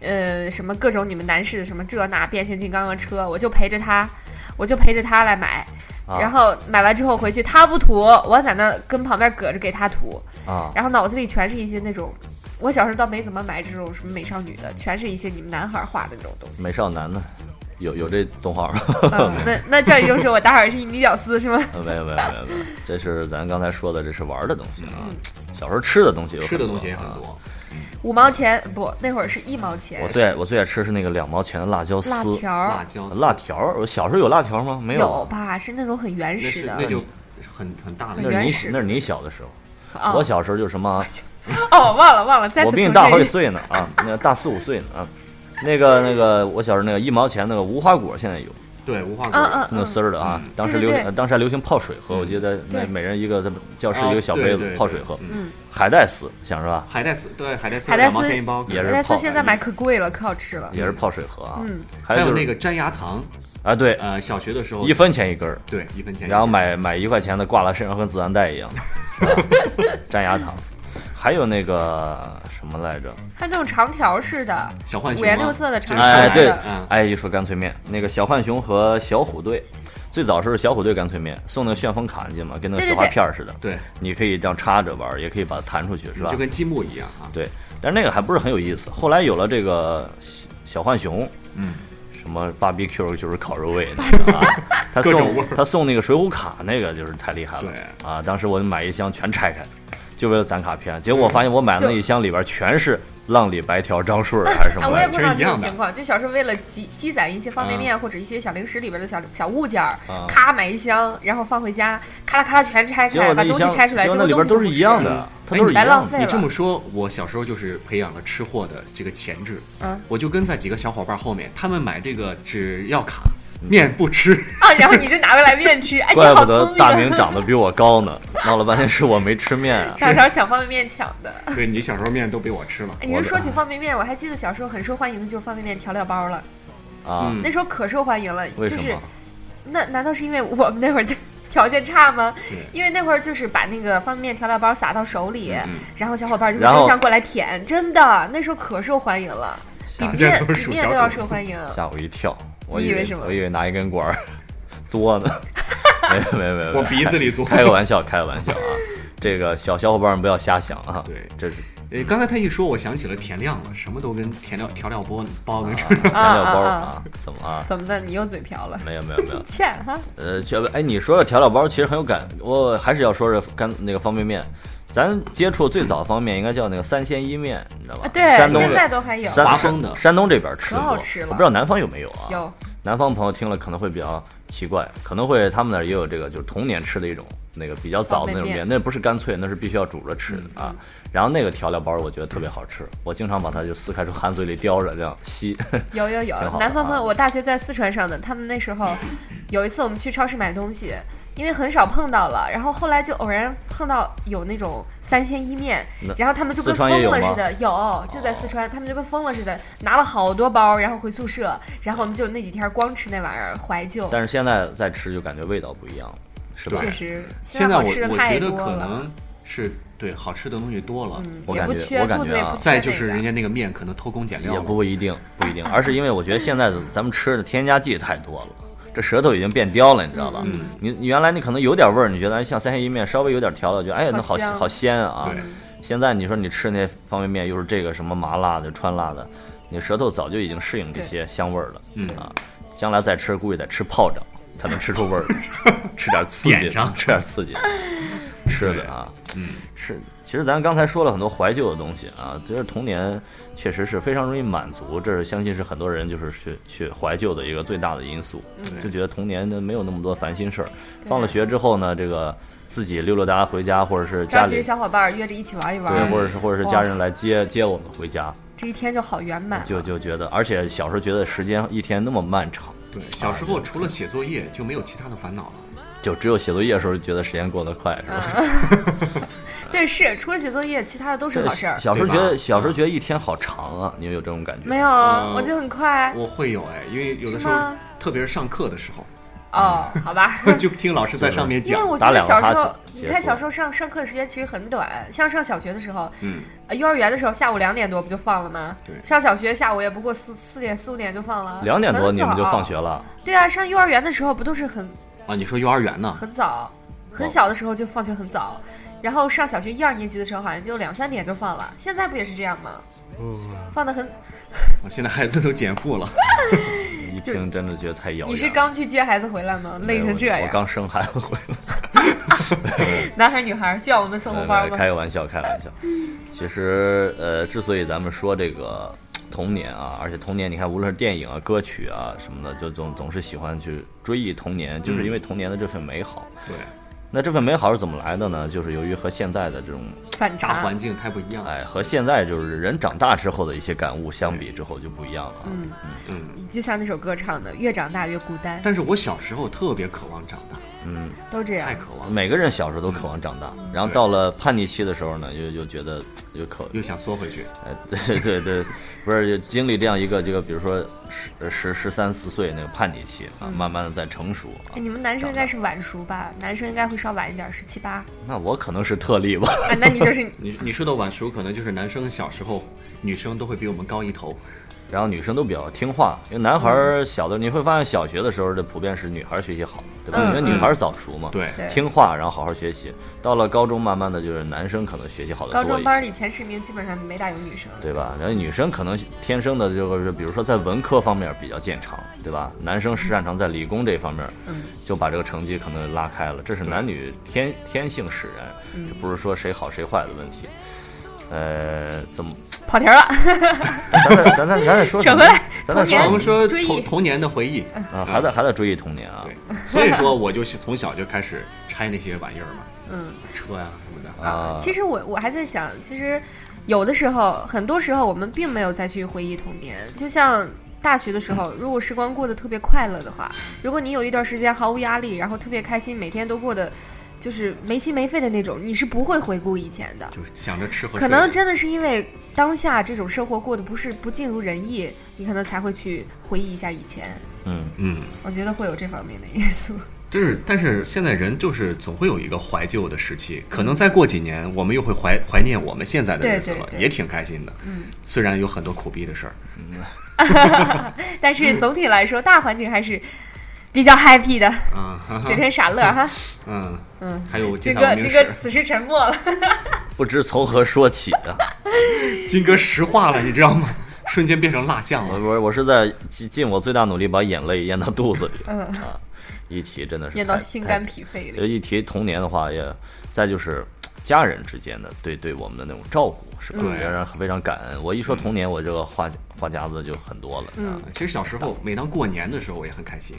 Speaker 1: 呃，什么各种你们男士的什么这那变形金刚的车，我就陪着他，我就陪着他来买。
Speaker 3: 啊
Speaker 1: 然后买完之后回去，他不涂，我在那跟旁边搁着给他涂，
Speaker 3: 啊，
Speaker 1: 然后脑子里全是一些那种我小时候倒没怎么买这种什么美少女的，全是一些你们男孩画的那种东西。
Speaker 3: 美少男呢？有有这动画吗？
Speaker 1: 嗯、那那这就是我打小是一女屌丝是吗？
Speaker 3: 呃没有没有没有没有，这是咱刚才说的，这是玩的东西啊。
Speaker 1: 嗯
Speaker 3: 小时候吃的东西有
Speaker 2: 吃的东西也
Speaker 3: 啊
Speaker 2: 很多。
Speaker 1: 五毛钱不，那会儿是一毛钱
Speaker 3: 我。最爱我最爱吃是那个两毛钱的辣椒
Speaker 1: 辣
Speaker 3: 丝，
Speaker 1: 条
Speaker 2: 啊辣
Speaker 1: 儿
Speaker 2: 椒丝
Speaker 3: 辣条儿。我小时候有辣条吗？没
Speaker 1: 有
Speaker 3: 有，
Speaker 1: 吧？是那种很原
Speaker 2: 那
Speaker 1: 始
Speaker 2: 是
Speaker 1: 的。
Speaker 2: 那就很很大
Speaker 1: 很
Speaker 2: 的
Speaker 3: 那
Speaker 2: 那
Speaker 3: 是
Speaker 1: 原
Speaker 3: 你
Speaker 1: 始
Speaker 3: 那是你小的时候。
Speaker 1: 啊
Speaker 3: 我小时候就是什么，
Speaker 1: 哦，忘了忘了，再
Speaker 3: 我
Speaker 1: 次
Speaker 3: 比你
Speaker 1: 重
Speaker 3: 大好几
Speaker 1: 申。
Speaker 3: 岁呢啊，那大四五岁呢啊。那个那个，我小时候那个一毛钱那个无花果现在有，
Speaker 2: 对无花
Speaker 1: 嗯
Speaker 2: 果
Speaker 1: 嗯
Speaker 3: 是那丝
Speaker 1: 嗯，
Speaker 3: 儿的啊。当时
Speaker 1: 对对
Speaker 3: 流
Speaker 1: 对
Speaker 3: 行呃当时还流行泡水喝，
Speaker 2: 嗯
Speaker 3: 我记得
Speaker 1: 对
Speaker 3: 每每人一个，咱们教室
Speaker 2: 啊
Speaker 3: 一个小杯
Speaker 2: 对对
Speaker 3: 子
Speaker 2: 对
Speaker 3: 泡水喝。
Speaker 2: 嗯
Speaker 3: 海带丝想是吧？
Speaker 2: 海带丝对海带丝
Speaker 1: 海带
Speaker 2: 两
Speaker 1: 丝
Speaker 2: 毛钱一包，嗯
Speaker 3: 也是
Speaker 1: 莱
Speaker 3: 泡
Speaker 1: 斯
Speaker 3: 的
Speaker 1: 现在买可贵了，可好吃了。
Speaker 3: 也是泡水喝啊。
Speaker 1: 嗯，
Speaker 3: 还
Speaker 2: 还有
Speaker 3: 就是
Speaker 2: 那个粘牙糖，
Speaker 3: 啊，对，
Speaker 2: 呃，小学的时候
Speaker 3: 一分钱一根儿，
Speaker 2: 对一分钱一根，
Speaker 3: 然后买买一块钱的挂在身上，跟子弹带一样，是 吧粘牙糖。还有那个什么来着？
Speaker 1: 它那种长条式的，
Speaker 2: 小浣熊
Speaker 1: 五颜
Speaker 2: 吗
Speaker 1: 六色的长
Speaker 2: 就是
Speaker 1: 条
Speaker 3: 哎，
Speaker 2: 看
Speaker 1: 式
Speaker 3: 对
Speaker 1: 的。
Speaker 2: 嗯，
Speaker 3: 哎，一说干脆面，那个小浣熊和小虎队，最早是小虎队干脆面，送那个旋风卡进去嘛，跟那个
Speaker 1: 对对
Speaker 3: 雪花
Speaker 1: 对
Speaker 3: 片儿似的，
Speaker 2: 对，
Speaker 3: 你可以这样插着玩儿，也可以把它弹出去，是吧
Speaker 2: 就？跟积木一样啊，
Speaker 3: 对，但是那个还不是很有意思。后来有了这个小小浣熊，
Speaker 2: 嗯，
Speaker 3: 什么 BBQ 就是烤肉味，你 知道吧他
Speaker 2: 各种味
Speaker 3: 送
Speaker 2: 儿
Speaker 3: 他送那个水浒卡，那个就是太厉
Speaker 1: 嗯
Speaker 3: 害了。
Speaker 2: 对
Speaker 3: 啊，当时我买一箱全拆开，就为了攒卡片。结果我发现我买的那一箱里边全是浪里白条、张顺儿还是嗯什么
Speaker 1: 啊，我也
Speaker 3: 玩意
Speaker 1: 碰到
Speaker 2: 全是
Speaker 1: 这
Speaker 2: 一
Speaker 1: 种
Speaker 2: 样的
Speaker 1: 情况，就小时候为了积积攒一些方便面或者一些小零食里边的小小物件儿
Speaker 3: 啊，
Speaker 1: 咔买一箱，然后放回家，咔啦咔啦全拆
Speaker 3: 儿。结果
Speaker 1: 开，
Speaker 3: 那
Speaker 1: 把
Speaker 3: 一
Speaker 1: 东西
Speaker 3: 箱，
Speaker 1: 拆出来，
Speaker 3: 结果
Speaker 1: 结果
Speaker 3: 那里边
Speaker 1: 东
Speaker 3: 都
Speaker 1: 西
Speaker 3: 是
Speaker 1: 不
Speaker 3: 一样
Speaker 1: 吃
Speaker 3: 的，它
Speaker 2: 哎
Speaker 3: 都是
Speaker 1: 你
Speaker 3: 一
Speaker 1: 白
Speaker 3: 样
Speaker 1: 浪
Speaker 3: 的。
Speaker 1: 费
Speaker 2: 你这么
Speaker 1: 了。
Speaker 2: 说，我小时候就是培养了吃货的这个潜质。
Speaker 1: 嗯，
Speaker 2: 我就跟在几个小伙伴后面，他们买这个只要卡，
Speaker 3: 嗯
Speaker 2: 面不吃。
Speaker 1: 啊，然后你就拿回来面吃， 哎，你
Speaker 3: 怪
Speaker 1: 好
Speaker 3: 不得
Speaker 1: 聪明
Speaker 3: 大明
Speaker 1: 啊！
Speaker 3: 长得比我高呢，闹了半天是我没吃面 啊。
Speaker 1: 大条抢方便面抢的。
Speaker 2: 对你小时候面都被我吃了
Speaker 1: 哎，你
Speaker 3: 我
Speaker 1: 说
Speaker 3: 的
Speaker 1: 说起方便面，我还记得小时候很受欢迎的就是方便面调料包了，
Speaker 3: 啊，
Speaker 2: 嗯
Speaker 1: 那时候可受欢迎了，就
Speaker 3: 为什
Speaker 1: 是
Speaker 3: 么？
Speaker 1: 那难道是因为我们那会儿就 条件差吗
Speaker 2: 对？
Speaker 1: 因为那会儿就是把那个方便面调料包撒到手里，
Speaker 2: 嗯
Speaker 1: 然后小伙伴就会
Speaker 3: 然后
Speaker 1: 争相过来舔，真的那时候可受欢迎了，底
Speaker 3: 吓
Speaker 2: 这
Speaker 1: 面
Speaker 2: 都是
Speaker 1: 底
Speaker 2: 属
Speaker 1: 面
Speaker 2: 小
Speaker 1: 都要
Speaker 2: 狗
Speaker 1: 受欢迎。
Speaker 3: 吓我一跳，我
Speaker 1: 你
Speaker 3: 以
Speaker 1: 以为什么
Speaker 3: 我以为拿一根管儿 嘬呢， 没有没有没有，没有
Speaker 2: 我鼻子里做。
Speaker 3: 开个玩笑，开个玩笑啊！这个小小伙伴们不要瞎想啊！
Speaker 2: 对
Speaker 3: 这 是
Speaker 2: 呃，刚才他一说，我想起了田亮了，什么都跟田料调料包包
Speaker 1: 啊
Speaker 2: 能吃。
Speaker 3: 咱料包
Speaker 1: 啊啊
Speaker 3: 啊，怎么啊？
Speaker 1: 怎么的？你又嘴瓢了？，
Speaker 3: 没有没有没有
Speaker 1: 欠哈？
Speaker 3: 呃，小哎，你说这调料包其实很有感，我还是要说这干那个方便面，咱接触最早方便面应该叫那个三鲜一面，你知道吧？
Speaker 1: 啊，对，
Speaker 3: 山东
Speaker 1: 现
Speaker 3: 的
Speaker 1: 在都还有。
Speaker 3: 山
Speaker 2: 华丰的
Speaker 3: 山东这边吃
Speaker 1: 可好
Speaker 3: 过，
Speaker 1: 吃了
Speaker 3: 我不知道南方有没有啊？
Speaker 1: 有，
Speaker 3: 南方朋友听了可能会比较奇怪，可能会他们那儿也有这个，就是童年吃的一种那个比较早的那种
Speaker 1: 方便嗯
Speaker 3: 面，那不是干脆，那是必须要煮着吃的啊。然后那个调料包我觉得特别好吃，我经常把它就撕开之后含嘴里叼着这样吸。
Speaker 1: 有有有
Speaker 3: 挺好的，
Speaker 1: 南方朋友，
Speaker 3: 啊
Speaker 1: 我大学在四川上的，他们那时候有一次我们去超市买东西，因为很少碰到了，然后后来就偶然碰到有那种三鲜伊面
Speaker 3: 那，
Speaker 1: 然后他们就跟
Speaker 3: 四川
Speaker 1: 疯
Speaker 3: 也有
Speaker 1: 了
Speaker 3: 吗
Speaker 1: 似的，有就在四川，他们就跟疯了似的拿了好多包，然后回宿舍，然后我们就那几天光吃那玩意儿，怀旧，
Speaker 3: 但是现在再吃就感觉味道不一样了，是吧
Speaker 1: 确？实
Speaker 2: 现在
Speaker 1: 在
Speaker 2: 我
Speaker 1: 好吃的
Speaker 2: 我
Speaker 1: 太
Speaker 2: 觉得
Speaker 1: 多
Speaker 2: 可
Speaker 1: 了，
Speaker 2: 能是对好吃的东西多了，
Speaker 1: 嗯
Speaker 3: 我
Speaker 1: 也
Speaker 3: 感
Speaker 1: 不
Speaker 3: 觉
Speaker 1: 缺，
Speaker 3: 我感
Speaker 1: 肚子
Speaker 3: 觉
Speaker 1: 也
Speaker 3: 啊
Speaker 1: 不缺
Speaker 2: 再就是
Speaker 1: 那个
Speaker 2: 人家那个面可能偷工减料
Speaker 3: 也
Speaker 2: 了。
Speaker 3: 不一定，不一定，而是因为我觉得现在咱们吃的添加剂太多了。这舌头已经变刁了，你知道吧？
Speaker 2: 嗯
Speaker 3: 你你原来你可能有点味儿，你觉得哎像三鲜一面稍微有点调料，觉得哎那好
Speaker 1: 好香
Speaker 3: 好鲜啊。
Speaker 2: 对，
Speaker 1: 嗯
Speaker 3: 现在你说你吃那方便面，又是这个什么麻辣的、川辣的，你舌头早就已经适应这些香味儿了。
Speaker 2: 嗯
Speaker 3: 啊，将来再吃估计得吃炮仗才能吃出味儿 来，吃点刺激
Speaker 2: 点
Speaker 3: 的
Speaker 2: 上，
Speaker 3: 吃点刺激 的。吃的啊，
Speaker 2: 嗯，
Speaker 3: 吃。其实咱刚才说了很多怀旧的东西啊，就是童年确实是非常容易满足，这是相信是很多人就是去去怀旧的一个最大的因素，
Speaker 2: 对
Speaker 3: 就觉得童年呢没有那么多烦心事儿。放了学之后呢，这个自己溜溜达达回家，或者是家
Speaker 1: 召集
Speaker 3: 里
Speaker 1: 小伙伴儿约着一起玩一玩
Speaker 3: 对，
Speaker 1: 儿，
Speaker 3: 或者是或者是家人来接接我们回家，
Speaker 1: 这一天就好圆满。
Speaker 3: 就就觉得，而且小时候觉得时间一天那么漫长，
Speaker 2: 对，小时候除了写作业就没有其他的烦恼了。
Speaker 3: 就只有写作业的时候觉得时间过得快，是
Speaker 1: 嗯
Speaker 3: 吧？
Speaker 1: 对，是除了写作业，其他的都是好事儿。
Speaker 3: 小时候觉
Speaker 2: 对
Speaker 3: 得
Speaker 2: 吧
Speaker 3: 小时候觉得一天好长啊，你有这种感觉？
Speaker 1: 没有，
Speaker 2: 嗯
Speaker 1: 我就很快
Speaker 2: 我会有哎，因为有
Speaker 1: 啊
Speaker 2: 的
Speaker 1: 是
Speaker 2: 时候
Speaker 1: 吗，
Speaker 2: 特别是上课的时候，
Speaker 1: 哦，好吧。
Speaker 2: 就听老师在上面
Speaker 1: 因为
Speaker 2: 讲。
Speaker 1: 我
Speaker 3: 打
Speaker 1: 觉得
Speaker 3: 两个
Speaker 1: 小
Speaker 3: 哈
Speaker 1: 时候
Speaker 3: 欠，
Speaker 1: 你
Speaker 3: 结
Speaker 1: 看
Speaker 3: 束
Speaker 1: 小时候上上课的时间其实很短，像上小学的时候，
Speaker 2: 嗯，
Speaker 1: 呃幼儿园的时候下午两点多不就放了吗？
Speaker 2: 对
Speaker 1: 上小学下午也不过四四点四五点就放了。
Speaker 3: 两点多
Speaker 1: 很
Speaker 3: 你们就
Speaker 1: 早
Speaker 3: 放学了，
Speaker 1: 对啊，上幼儿园的时候不都是很
Speaker 3: 哦
Speaker 2: 啊，你说幼儿园呢？
Speaker 1: 很早，很小的时候就放学很早。然后上小学一二年级的时候，好像就两三点就放了，现在不也是这样吗？
Speaker 3: 嗯
Speaker 1: 放的很，
Speaker 2: 我现在孩子都减负了，
Speaker 3: 一听真的觉得太遥远了。
Speaker 1: 你是刚去接孩子回来吗？累成这
Speaker 3: 我
Speaker 1: 样，
Speaker 3: 刚生孩子回来。
Speaker 1: 男孩女孩需要我们送
Speaker 3: 没有
Speaker 1: 红包
Speaker 3: 没有
Speaker 1: 吗？
Speaker 3: 开个玩笑，开个玩笑。其实，呃，之所以咱们说这个童年啊，而且童年，你看，无论是电影啊、歌曲啊什么的，就总总是喜欢去追忆童年，就是
Speaker 2: 嗯
Speaker 3: 因为童年的这份美好。
Speaker 2: 对，
Speaker 3: 那这份美好是怎么来的呢？就是由于和现在的这种，
Speaker 1: 反
Speaker 2: 大
Speaker 1: 差
Speaker 2: 环境太不一样了。
Speaker 3: 哎，和现在就是人长大之后的一些感悟相比之后就不一样了啊。
Speaker 2: 嗯，
Speaker 1: 就像那首歌唱的，越长大越孤单，
Speaker 2: 但是我小时候特别渴望长大，
Speaker 1: 啊
Speaker 3: 嗯，
Speaker 1: 都这样
Speaker 2: 太。渴望了，
Speaker 3: 每个人小时候都渴望长大，然后到了叛逆期的时候呢，又又觉得又渴
Speaker 2: 又想缩回去。
Speaker 3: 呃， 对对对，不是就经历这样一个这个，比如说十呃十十三四岁那个叛逆期啊，慢慢的在成熟啊
Speaker 1: 哎，。你们男生
Speaker 3: 长
Speaker 1: 应
Speaker 3: 大
Speaker 1: 该是晚熟吧？男生应该会稍晚一点，十七八。
Speaker 3: 那我可能是特例吧，
Speaker 1: 啊，那 你就是
Speaker 2: 你你说的晚熟，可能就是男生小时候，女生都会比我们高一头。
Speaker 3: 然后女生都比较听话，因为男孩儿小的你会发现小学的时候，这普遍是女孩儿学习好，对吧？
Speaker 1: 嗯
Speaker 3: 因为女孩儿早熟嘛，
Speaker 2: 对
Speaker 1: 对
Speaker 3: 听话，然后好好学习。到了高中，慢慢的就是男生可能学习好的
Speaker 1: 高
Speaker 3: 多
Speaker 1: 中
Speaker 3: 一
Speaker 1: 班
Speaker 3: 些。
Speaker 1: 里前十名基本上没大有女生。
Speaker 3: 对吧？然后女生可能天生的就是，比如说在文科方面比较见长，对吧？男生是擅长在理工这方面，
Speaker 1: 嗯，
Speaker 3: 就把这个成绩可能拉开了。这是男女天天性使然，
Speaker 1: 嗯
Speaker 3: 这不是说谁好谁坏的问题。呃，怎么？
Speaker 1: 跑题儿了，
Speaker 3: 咱再咱再咱 再说什
Speaker 1: 扯回
Speaker 3: 么？
Speaker 1: 来。
Speaker 3: 咱再
Speaker 1: 童年
Speaker 2: 我
Speaker 3: 说
Speaker 2: 们说
Speaker 1: 追忆嗯
Speaker 2: 童童年的回忆，
Speaker 3: 啊，还在还在追忆童年啊。
Speaker 2: 对，所以 说我就是从小就开始拆那些玩意儿嘛，
Speaker 1: 嗯
Speaker 2: 车呀、什么的。
Speaker 3: 啊，
Speaker 1: 啊其实我我还在想，其实有的时候，很多时候我们并没有再去回忆童年，就像。大学的时候，如果时光过得特别快乐的话，如果你有一段时间毫无压力，然后特别开心，每天都过得就是没心没肺的那种，你是不会回顾以前的。
Speaker 2: 就是想着吃和
Speaker 1: 可
Speaker 2: 睡，
Speaker 1: 能真的是因为当下这种生活过得不是不尽如人意，你可能才会去回忆一下以前。
Speaker 3: 嗯，
Speaker 2: 嗯，
Speaker 1: 我觉得会有这方面的因素。
Speaker 2: 就是但是现在人就是总会有一个怀旧的时期，可能再过几年我们又会怀怀念我们现在的日子了，
Speaker 1: 对对对
Speaker 2: 也挺开心的。
Speaker 1: 嗯，
Speaker 2: 虽然有很多苦逼的事儿，
Speaker 1: 但是
Speaker 3: 嗯
Speaker 1: 总体来说，大环境还是比较 happy 的，
Speaker 2: 嗯哈哈
Speaker 1: 整天傻乐 哈。
Speaker 2: 嗯
Speaker 1: 嗯，
Speaker 2: 还有
Speaker 1: 这
Speaker 2: 金
Speaker 1: 个
Speaker 2: 嗓
Speaker 1: 这
Speaker 2: 明
Speaker 1: 个
Speaker 2: 史，
Speaker 1: 此时沉默了。
Speaker 3: 不知从何说起啊。
Speaker 2: 金哥石化了，你知道吗？ 瞬间变成蜡像
Speaker 3: 我
Speaker 2: 了。
Speaker 3: 我我是在尽尽我最大努力把眼泪咽到肚子里。
Speaker 1: 嗯
Speaker 3: 啊，一提真的是
Speaker 1: 念到
Speaker 3: 太
Speaker 1: 心
Speaker 3: 太
Speaker 1: 肝脾肺
Speaker 3: 就
Speaker 1: 里。嗯
Speaker 3: 一提童年的话，也再就是家人之间的对对我们的那种照顾，是吧？
Speaker 1: 嗯
Speaker 2: 对
Speaker 3: 让人非常感恩。我一
Speaker 2: 嗯
Speaker 3: 说童年，我这个话话匣子就很多了。啊
Speaker 1: 嗯，
Speaker 2: 其实小时候，每当过年的时候，我也很开心，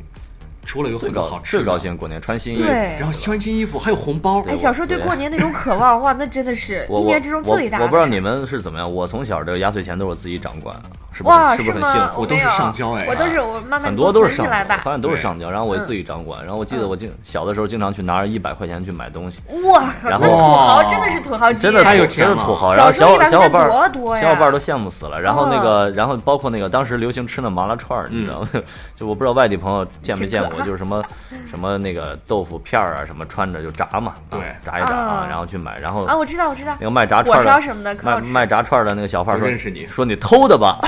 Speaker 2: 除了有
Speaker 3: 最
Speaker 2: 很多
Speaker 3: 高
Speaker 2: 好吃
Speaker 3: 最
Speaker 2: 的，
Speaker 3: 高兴过年穿新衣服，
Speaker 1: 对
Speaker 2: 然后穿新衣服，还有红包。
Speaker 1: 哎，小时候对
Speaker 3: 对
Speaker 1: 过年那种渴望，哇，那真的是
Speaker 3: 我
Speaker 1: 一
Speaker 3: 我
Speaker 1: 年之中最大的
Speaker 3: 我。我不知道
Speaker 1: 事
Speaker 3: 你们是怎么样，我从小这个压岁钱都是我自己掌管，是
Speaker 1: 儿
Speaker 3: 不是
Speaker 1: 哇，
Speaker 3: 是不是很
Speaker 1: 吗
Speaker 3: 幸？福？
Speaker 2: 我都
Speaker 1: 没
Speaker 2: 是
Speaker 1: 有
Speaker 2: 上交哎
Speaker 1: 我都是我慢慢
Speaker 3: 啊很多都是
Speaker 1: 存
Speaker 3: 上
Speaker 1: 起来
Speaker 3: 交，
Speaker 1: 吧嗯
Speaker 3: 发。现都是
Speaker 2: 对
Speaker 3: 上交，然后我自己掌管。然后我记得我经小的时候经常去拿着一百块钱去买东西，
Speaker 1: 哇靠，
Speaker 3: 然
Speaker 1: 那
Speaker 3: 后
Speaker 1: 土豪真的是土豪级，
Speaker 3: 真的
Speaker 2: 太有
Speaker 3: 土真
Speaker 2: 钱
Speaker 3: 的
Speaker 2: 了
Speaker 3: 土哦豪，然
Speaker 1: 小
Speaker 3: 后
Speaker 1: 时
Speaker 3: 小
Speaker 1: 候100
Speaker 3: 小伙伴
Speaker 1: 多啊多
Speaker 3: 儿
Speaker 1: 呀
Speaker 3: 小伙伴儿都羡慕死了。然后那
Speaker 1: 哦
Speaker 3: 个，然后包括那个当时流行吃那麻辣串儿，你知道吗？ 就我不知道外地朋友见没见
Speaker 1: 嗯请
Speaker 3: 过，
Speaker 1: 客
Speaker 3: 就是什么什么那个豆腐片儿啊，什么穿着就炸嘛，啊
Speaker 2: 对
Speaker 3: 炸一炸
Speaker 1: 啊
Speaker 3: 啊，然后去买，然后
Speaker 1: 啊，我知道，我知道
Speaker 3: 那，个卖炸串儿
Speaker 1: 火烧
Speaker 3: 的。
Speaker 1: 什么的可
Speaker 3: 卖
Speaker 1: 好吃。
Speaker 3: 卖炸串儿的那个小贩儿
Speaker 2: 不
Speaker 3: 说：“
Speaker 2: 认识你
Speaker 3: 说你偷的吧？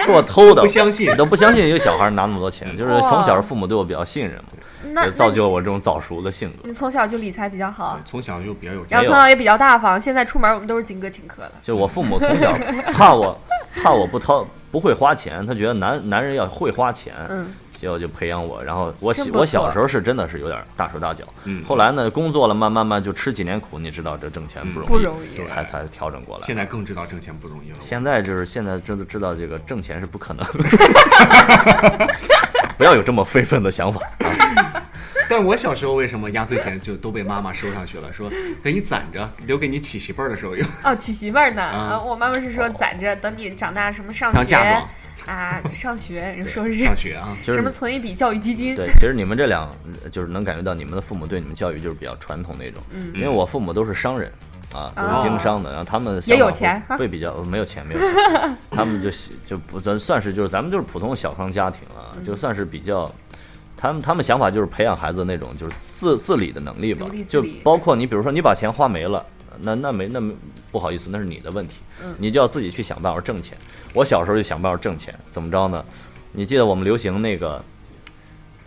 Speaker 3: 说我偷的，
Speaker 2: 不相信
Speaker 3: 你都不相信一个小孩儿拿那么多钱，就是从
Speaker 1: 哇
Speaker 3: 小父母对我比较信任嘛，
Speaker 1: 那
Speaker 3: 也造就了我这种早熟的性格。
Speaker 1: 那你你从小就理财比较好，
Speaker 2: 啊从小就比较有
Speaker 1: 然
Speaker 2: 钱
Speaker 1: 后，从小也比较大方。现在出门我们都是金哥请客了。
Speaker 3: 就我父母从小 怕我，怕我不掏不会花钱，他觉得男男人要会花钱，
Speaker 1: 嗯，
Speaker 3: 结果就培养我。然后我
Speaker 1: 真
Speaker 3: 小
Speaker 1: 不错
Speaker 3: 我小时候是真的是有点大手大脚，
Speaker 2: 嗯
Speaker 3: 后来呢工作了，慢慢慢就吃几年苦，你知道这挣钱
Speaker 2: 嗯
Speaker 3: 不容易，
Speaker 1: 不容易
Speaker 2: 对
Speaker 3: 才才调整过来。
Speaker 2: 现在更知道挣钱不容易了。
Speaker 3: 现在就是现在知道知道这个挣钱是不可能的， 不要有这么非分的想法。
Speaker 2: 但是我小时候为什么压岁钱就都被妈妈收上去了，说给你攒着，留给你娶媳妇儿的时候用。
Speaker 1: 哦，娶媳妇儿
Speaker 3: 嗯
Speaker 1: 呢？
Speaker 2: 啊
Speaker 1: 啊，我妈妈是
Speaker 3: 哦
Speaker 1: 说攒着，等你长大什么上
Speaker 2: 当
Speaker 1: 学
Speaker 2: 嫁妆，
Speaker 1: 啊，上学，人
Speaker 2: 对
Speaker 1: 说是
Speaker 2: 上学啊，
Speaker 3: 就是
Speaker 1: 什么存一笔教育基金，
Speaker 3: 对，其实你们这两就是能感觉到你们的父母对你们教育就是比较传统那种，
Speaker 1: 嗯
Speaker 3: 因为我父母都是商人啊，都
Speaker 1: 哦
Speaker 3: 是经商的，然后他们的
Speaker 1: 也有
Speaker 3: 想法
Speaker 1: 钱
Speaker 3: 会会比较没有钱没有钱，他们就喜就不咱算是就是咱们就是普通小康家庭了，
Speaker 1: 嗯
Speaker 3: 就算是比较。他们他们想法就是培养孩子那种就是自自理的能力吧
Speaker 1: 独立，自
Speaker 3: 就
Speaker 1: 理
Speaker 3: 包括你比如说你把钱花没了，那那没那没不好意思，那是你的问题，
Speaker 1: 嗯
Speaker 3: 你就要自己去想办法挣钱。我小时候就想办法挣钱，怎么着呢？你记得我们流行那个，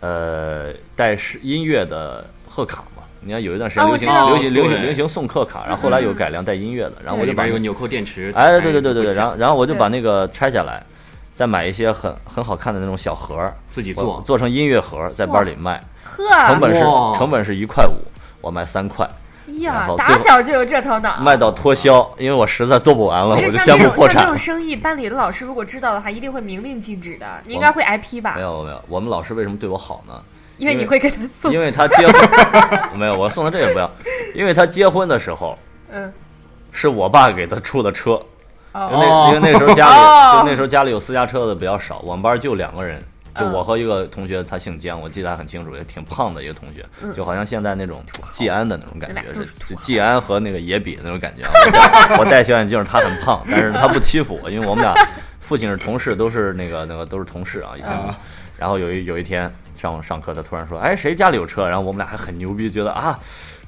Speaker 3: 呃，带是音乐的贺卡吗？你看有一段时间
Speaker 1: 哦
Speaker 3: 流
Speaker 1: 我
Speaker 3: 行、
Speaker 1: 知道嗯
Speaker 3: 流行流行
Speaker 2: 对
Speaker 3: 流行送课卡，然后后来有改良带音乐的，然后
Speaker 2: 我
Speaker 3: 我
Speaker 2: 里
Speaker 3: 就把
Speaker 2: 边有纽扣电池。
Speaker 3: 哎，对对对对对，然
Speaker 2: 后
Speaker 3: 后然后我就
Speaker 1: 对
Speaker 3: 把那个拆下来，再买一些很很好看的那种小盒儿，
Speaker 2: 自己
Speaker 3: 我
Speaker 2: 做，
Speaker 3: 做成音乐盒儿，在班里卖，成
Speaker 1: 呵，
Speaker 3: 本是
Speaker 2: 哇
Speaker 3: 成本是一块五，我卖三块，然
Speaker 1: 哎呀
Speaker 3: 后，最
Speaker 1: 打
Speaker 3: 后
Speaker 1: 小就有这头脑。
Speaker 3: 卖到脱销，因为我实在做不完了，
Speaker 1: 不
Speaker 3: 我就
Speaker 1: 是啊哎像
Speaker 3: 宣
Speaker 1: 这
Speaker 3: 布
Speaker 1: 种
Speaker 3: 破
Speaker 1: 像这
Speaker 3: 产
Speaker 1: 种。生意，班里的老师如果知道的话，一定会明令禁止的。你应
Speaker 3: 我
Speaker 1: 该会挨批吧
Speaker 3: 没？有没有，我们老师为什么对我好呢？
Speaker 1: 因为
Speaker 3: 因为
Speaker 1: 你会给他送
Speaker 3: 因。为他结婚 没有，我送他这个不要，因为他结婚的时候
Speaker 1: 嗯，
Speaker 3: 是我爸给他出的车，因
Speaker 1: 哦，
Speaker 3: 为
Speaker 2: 哦
Speaker 3: 那因为那时候家里、
Speaker 1: 哦
Speaker 3: 就那时候家里有私家车的比较少，我们班就两个人，就
Speaker 1: 嗯
Speaker 3: 我和一个同学，他姓姜，我记得还很清楚，也挺胖的一个同学，
Speaker 1: 嗯
Speaker 3: 就好像现在那种季安的那种感
Speaker 1: 你
Speaker 3: 觉，
Speaker 1: 俩
Speaker 3: 是
Speaker 1: 都是土
Speaker 3: 是
Speaker 1: 豪
Speaker 3: 季安和那个野比那种感觉。啊我戴我戴小眼镜，他很胖，但是他不欺负我，因为我们俩父亲是同事，都是那个那个都是同事啊，以前。
Speaker 1: 嗯
Speaker 2: 啊
Speaker 3: 然后有一有一天上上课，他突然说：“哎，谁家里有车？”然后我们俩还很牛逼，觉得啊，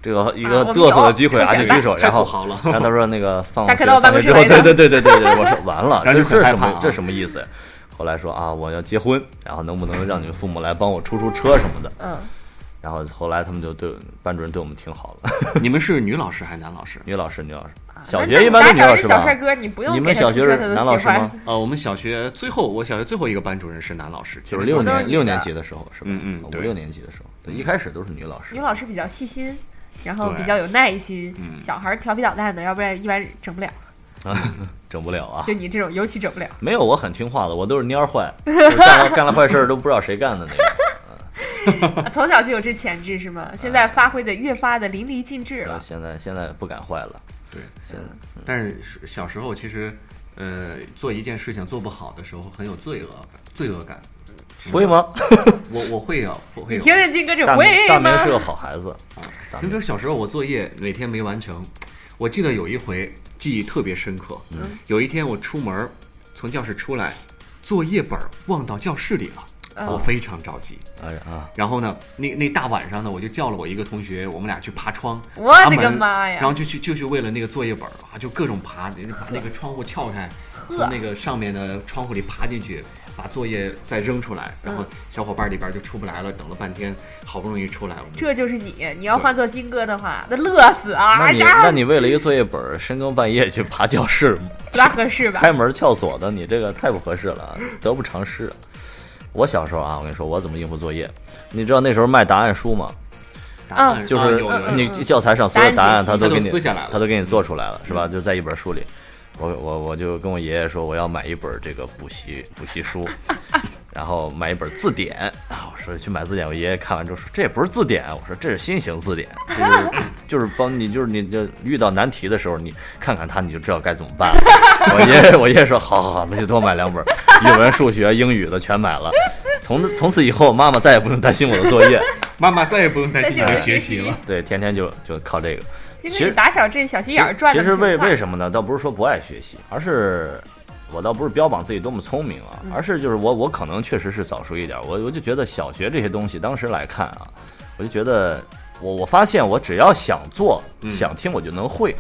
Speaker 3: 这个一
Speaker 1: 啊
Speaker 3: 个
Speaker 1: 我们
Speaker 3: 嘚瑟
Speaker 1: 有
Speaker 3: 的机会啊，
Speaker 1: 趁
Speaker 3: 就
Speaker 1: 显摆
Speaker 3: 举手，
Speaker 2: 太
Speaker 3: 然后
Speaker 2: 土豪 了。
Speaker 3: 然后他说那个放
Speaker 1: 下
Speaker 3: 学
Speaker 1: 课到我
Speaker 3: 放
Speaker 1: 办
Speaker 3: 学
Speaker 1: 公
Speaker 3: 之
Speaker 1: 室
Speaker 3: 后，
Speaker 1: 来
Speaker 3: 对
Speaker 1: 的
Speaker 3: 对对对对对，我说完 了，
Speaker 2: 然后
Speaker 3: 这
Speaker 2: 就很
Speaker 3: 这
Speaker 2: 害
Speaker 3: 什
Speaker 2: 怕
Speaker 3: 么
Speaker 2: 啊
Speaker 3: 这什么意思？后来说啊，我要结婚，然后能不能让你们父母来帮我出出车什么的？
Speaker 1: 嗯，
Speaker 3: 然后后来他们就对班主任对我们挺好 的，
Speaker 2: 你们是女老师还是男老师？
Speaker 3: 女老师女老师，
Speaker 1: 啊
Speaker 3: 小
Speaker 1: 那
Speaker 3: 学
Speaker 1: 你
Speaker 3: 一般都
Speaker 1: 打
Speaker 3: 女
Speaker 1: 小
Speaker 3: 老
Speaker 1: 是
Speaker 3: 师
Speaker 1: 小帅
Speaker 3: 吧？
Speaker 1: 哥，你不用
Speaker 3: 你
Speaker 1: 给
Speaker 3: 们
Speaker 1: 他
Speaker 3: 小
Speaker 1: 出
Speaker 3: 学
Speaker 1: 车
Speaker 3: 是
Speaker 1: 他都
Speaker 3: 男老
Speaker 1: 喜
Speaker 3: 师
Speaker 1: 欢
Speaker 3: 吗？
Speaker 2: 呃，我们小学最后，我小学最后一个班主任是男老师，
Speaker 3: 就是六
Speaker 1: 都是
Speaker 3: 年
Speaker 1: 女
Speaker 3: 六
Speaker 1: 的
Speaker 3: 年级的时候是吧？哦
Speaker 2: 嗯嗯
Speaker 3: 五
Speaker 2: 对
Speaker 3: 六年级的时候，对，一开始都是女老师
Speaker 1: 女。老师比较细心，然后
Speaker 2: 对
Speaker 1: 比较有耐心，
Speaker 2: 嗯
Speaker 1: 小孩儿调皮捣蛋的，要不然一般整不了。
Speaker 3: 啊整不了啊！
Speaker 1: 就你这种，尤其整不了。
Speaker 3: 没有，我很听话的，我都是蔫儿 坏，就是干了干了坏事儿都不知道谁干的那种。
Speaker 1: 啊从小就有这潜质是吗？现在发挥的越发的淋漓尽致
Speaker 3: 然后
Speaker 1: 了。
Speaker 3: 现在现在不敢坏了，
Speaker 2: 对，
Speaker 3: 现在
Speaker 2: 但是是小时候其实，呃，做一件事情做不好的时候很有罪恶感，罪恶感。
Speaker 3: 会 吗？
Speaker 2: 我我会有，我会
Speaker 1: 你听
Speaker 2: 有。
Speaker 1: 听金哥这
Speaker 3: 呃大明
Speaker 1: 会
Speaker 3: 大明
Speaker 1: 吗
Speaker 3: 是？个好孩子，大
Speaker 2: 比
Speaker 3: 明
Speaker 2: 如小时候我作业每天没完成，我记得有一回记忆特别深刻。
Speaker 1: 嗯
Speaker 2: 有一天我出门儿，从教室出来，作业本儿忘到教室里了，
Speaker 1: 嗯
Speaker 3: 啊
Speaker 2: 我非常着急。
Speaker 3: 哎呀啊，
Speaker 2: 然后呢，那那大晚上呢，我就叫了我一个同学，我们俩去爬窗，
Speaker 1: 我
Speaker 2: 爬
Speaker 1: 的
Speaker 2: 门
Speaker 1: 个妈呀
Speaker 2: 然后就去就去为了那个作业本儿啊，就各种爬，就是把那个窗户撬开，从那个上面的窗户里爬进去，把作业再扔出来，然后小伙伴里边就出不来了，等了半天，好不容易出来了，我们就
Speaker 1: 这就是你，你要换做金哥的话，那乐死啊！
Speaker 3: 那你
Speaker 1: 呀
Speaker 3: 那你为了一个作业本儿深更半夜去爬教室，
Speaker 1: 不大合适吧？
Speaker 3: 开门撬锁的，你这个太不合适了，啊得不偿失。我小时候啊，我跟你说，我怎么应付作业？你知道那时候卖答案书吗？
Speaker 2: 答案、
Speaker 1: 嗯
Speaker 3: 就
Speaker 2: 啊
Speaker 3: 是
Speaker 2: 有
Speaker 1: 嗯
Speaker 2: 有
Speaker 1: 嗯
Speaker 2: 有
Speaker 3: 你教材上所有答案，
Speaker 1: 答
Speaker 3: 他
Speaker 1: 案
Speaker 3: 都
Speaker 1: 解析
Speaker 3: 给
Speaker 2: 他
Speaker 3: 你
Speaker 2: 都撕下来了
Speaker 3: 他都给你做出来了，是吧？就在一本书里。我我我就跟我爷爷说，我要买一本这个补习补习 书，然后买一本字典啊。我说去买字典，我爷爷看完之后说这也不是字典，啊我说这是新型字典，就是 就是帮你就是你就遇到难题的时候，你看看它你就知道该怎么办了。我爷爷我爷爷说好好好，那就多买两本语文、数学、英语的全买了。从从此以后，妈妈再也不用担心我的作业，
Speaker 2: 妈妈再也不用担心你
Speaker 1: 再
Speaker 2: 的
Speaker 1: 也不用
Speaker 2: 学习
Speaker 1: 学习
Speaker 2: 了。
Speaker 3: 对，天天就就靠这个。
Speaker 1: 金
Speaker 3: 其
Speaker 1: 哥，
Speaker 3: 实
Speaker 1: 你打小这小心眼儿
Speaker 3: 其
Speaker 1: 转的
Speaker 3: 其实为为什么呢？倒不是说不爱学习，而是我倒不是标榜自己多么聪明啊，
Speaker 1: 嗯
Speaker 3: 而是就是我我可能确实是早熟一点儿，我我就觉得小学这些东西当时来看啊，我就觉得我我发现我只要想做、
Speaker 2: 嗯
Speaker 3: 想听我就能会。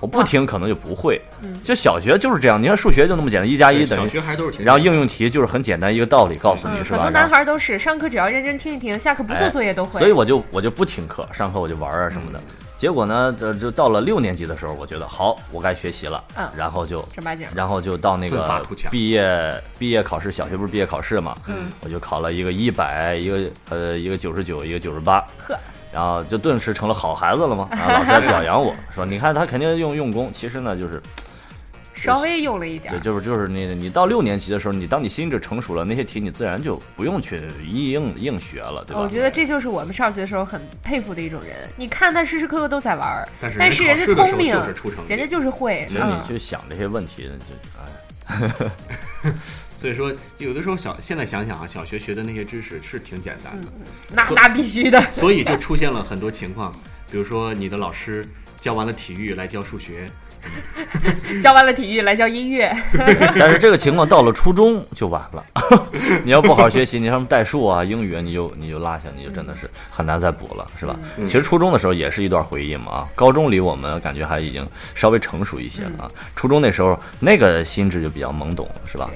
Speaker 3: 我不听可能就不会
Speaker 1: 嗯，
Speaker 3: 就小学就是这样。你看数学就那么简单，一加一
Speaker 2: 对
Speaker 3: 等
Speaker 2: 小
Speaker 3: 于，
Speaker 2: 学还都是挺
Speaker 3: 然后应用题就是很简单一个道理告诉你
Speaker 1: 嗯，
Speaker 3: 是吧？
Speaker 1: 很多
Speaker 3: 然
Speaker 1: 男
Speaker 3: 后
Speaker 1: 孩都是上课只要认真听一听，下课不做
Speaker 3: 哎
Speaker 1: 作业都会。嗯
Speaker 3: 所以我就我就不听课，上课我就玩儿啊什么的。结果呢，这就到了六年级的时候，我觉得好，我该学习了，
Speaker 1: 嗯
Speaker 3: 然后就
Speaker 1: 正八经儿。
Speaker 3: 然后就到那
Speaker 2: 奋发
Speaker 3: 个
Speaker 2: 图强
Speaker 3: 毕业毕业考试，小学不是毕业考试嘛，
Speaker 1: 嗯，
Speaker 3: 我就考了一个一百，一个呃一个九十九，一个九十八，
Speaker 1: 呵，
Speaker 3: 然后就顿时成了好孩子了嘛。然啊 后老师还表扬我说：“你看他肯定用用功。”其实呢，就是
Speaker 1: 稍微用了一点
Speaker 3: 对，
Speaker 1: 儿。
Speaker 3: 就是就是你你到六年级的时候，你当你心智成熟了，那些题你自然就不用去硬硬学了，对吧？
Speaker 1: 哦我觉得这就是我们上学的时候很佩服的一种人。你看他时时刻刻都在玩儿，
Speaker 2: 但是
Speaker 1: 但是
Speaker 2: 人
Speaker 1: 人
Speaker 2: 家
Speaker 1: 家
Speaker 2: 考试的时
Speaker 1: 聪明，
Speaker 2: 候就是出成绩，
Speaker 1: 人家就是会。
Speaker 3: 其实你
Speaker 1: 嗯，
Speaker 3: 去想这些问题，就哎，
Speaker 2: 所以说有的时候小现在想想啊，小学学的那些知识是挺简单的，
Speaker 1: 那那必须 的。
Speaker 2: 所以就出现了很多情况，比如说你的老师教完了体育来教数学，
Speaker 1: 教完了体育来教音乐，
Speaker 3: 但是这个情况到了初中就晚了， 你要不好好学习，你像代数啊、英语啊，你就你就落下，你就真的是很难再补了，是吧？其实初中的时候也是一段回忆嘛啊，高中离我们感觉还已经稍微成熟一些了啊，初中那时候那个心智就比较懵懂了，是吧？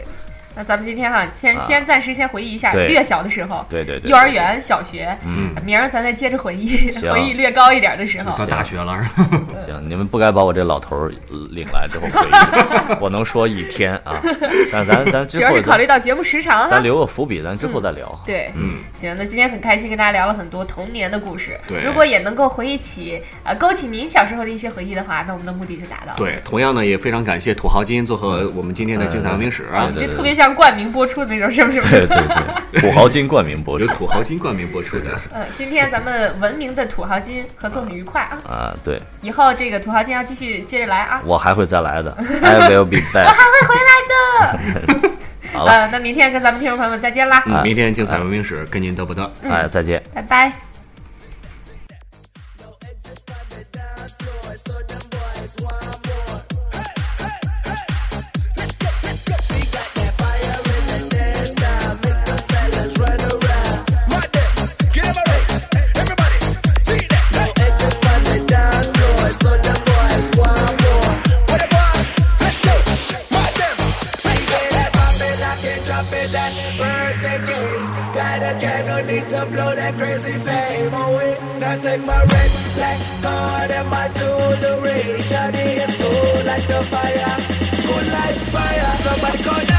Speaker 1: 那咱们今天哈，先先暂时先回忆一下
Speaker 3: 对
Speaker 1: 略小的时候，
Speaker 3: 对对对，
Speaker 1: 幼儿园、小学，
Speaker 3: 嗯，
Speaker 1: 明儿咱再接着回忆，
Speaker 3: 行
Speaker 1: 回忆略高一点的时候。
Speaker 2: 到大学了，
Speaker 3: 行，你们不该把我这老头儿领来之后回 忆，我能说一天啊，但是咱咱
Speaker 1: 主
Speaker 3: 之
Speaker 1: 要
Speaker 3: 后
Speaker 1: 是考
Speaker 3: 咱
Speaker 1: 虑到节目时长哈
Speaker 3: 咱。留个伏笔，咱之后再聊哈。
Speaker 1: 对，
Speaker 2: 嗯，
Speaker 1: 行，那今天很开心跟大家聊了很多童年的故事。
Speaker 2: 对
Speaker 1: 如果也能够回忆起，呃，勾起您小时候的一些回忆的话，那我们的目的就达到了。
Speaker 2: 对，同样呢，也非常感谢土豪金做客我们今天的精彩文明史啊，
Speaker 1: 哦这特别像冠名播出的那种，是不是？
Speaker 3: 对对对，土豪金冠名播
Speaker 2: 由
Speaker 3: 出
Speaker 2: 土豪金冠名播出的，
Speaker 1: 嗯，今天咱们文明的土豪金合作很愉快啊，
Speaker 3: 啊，对
Speaker 1: 以后这个土豪金要继续接着来 啊。哦
Speaker 3: 我还会再来的，I will be back。好了
Speaker 1: 呃，那明天跟咱们听众朋友们再见啦，
Speaker 2: 嗯，明天精彩文明史跟您得不得。
Speaker 3: 哎，再见。
Speaker 1: 拜拜。
Speaker 4: Blow that crazy fame away. Now take my red, black card and my jewelry. Shawty is cool like the fire, cool like fire. Somebody call. oh.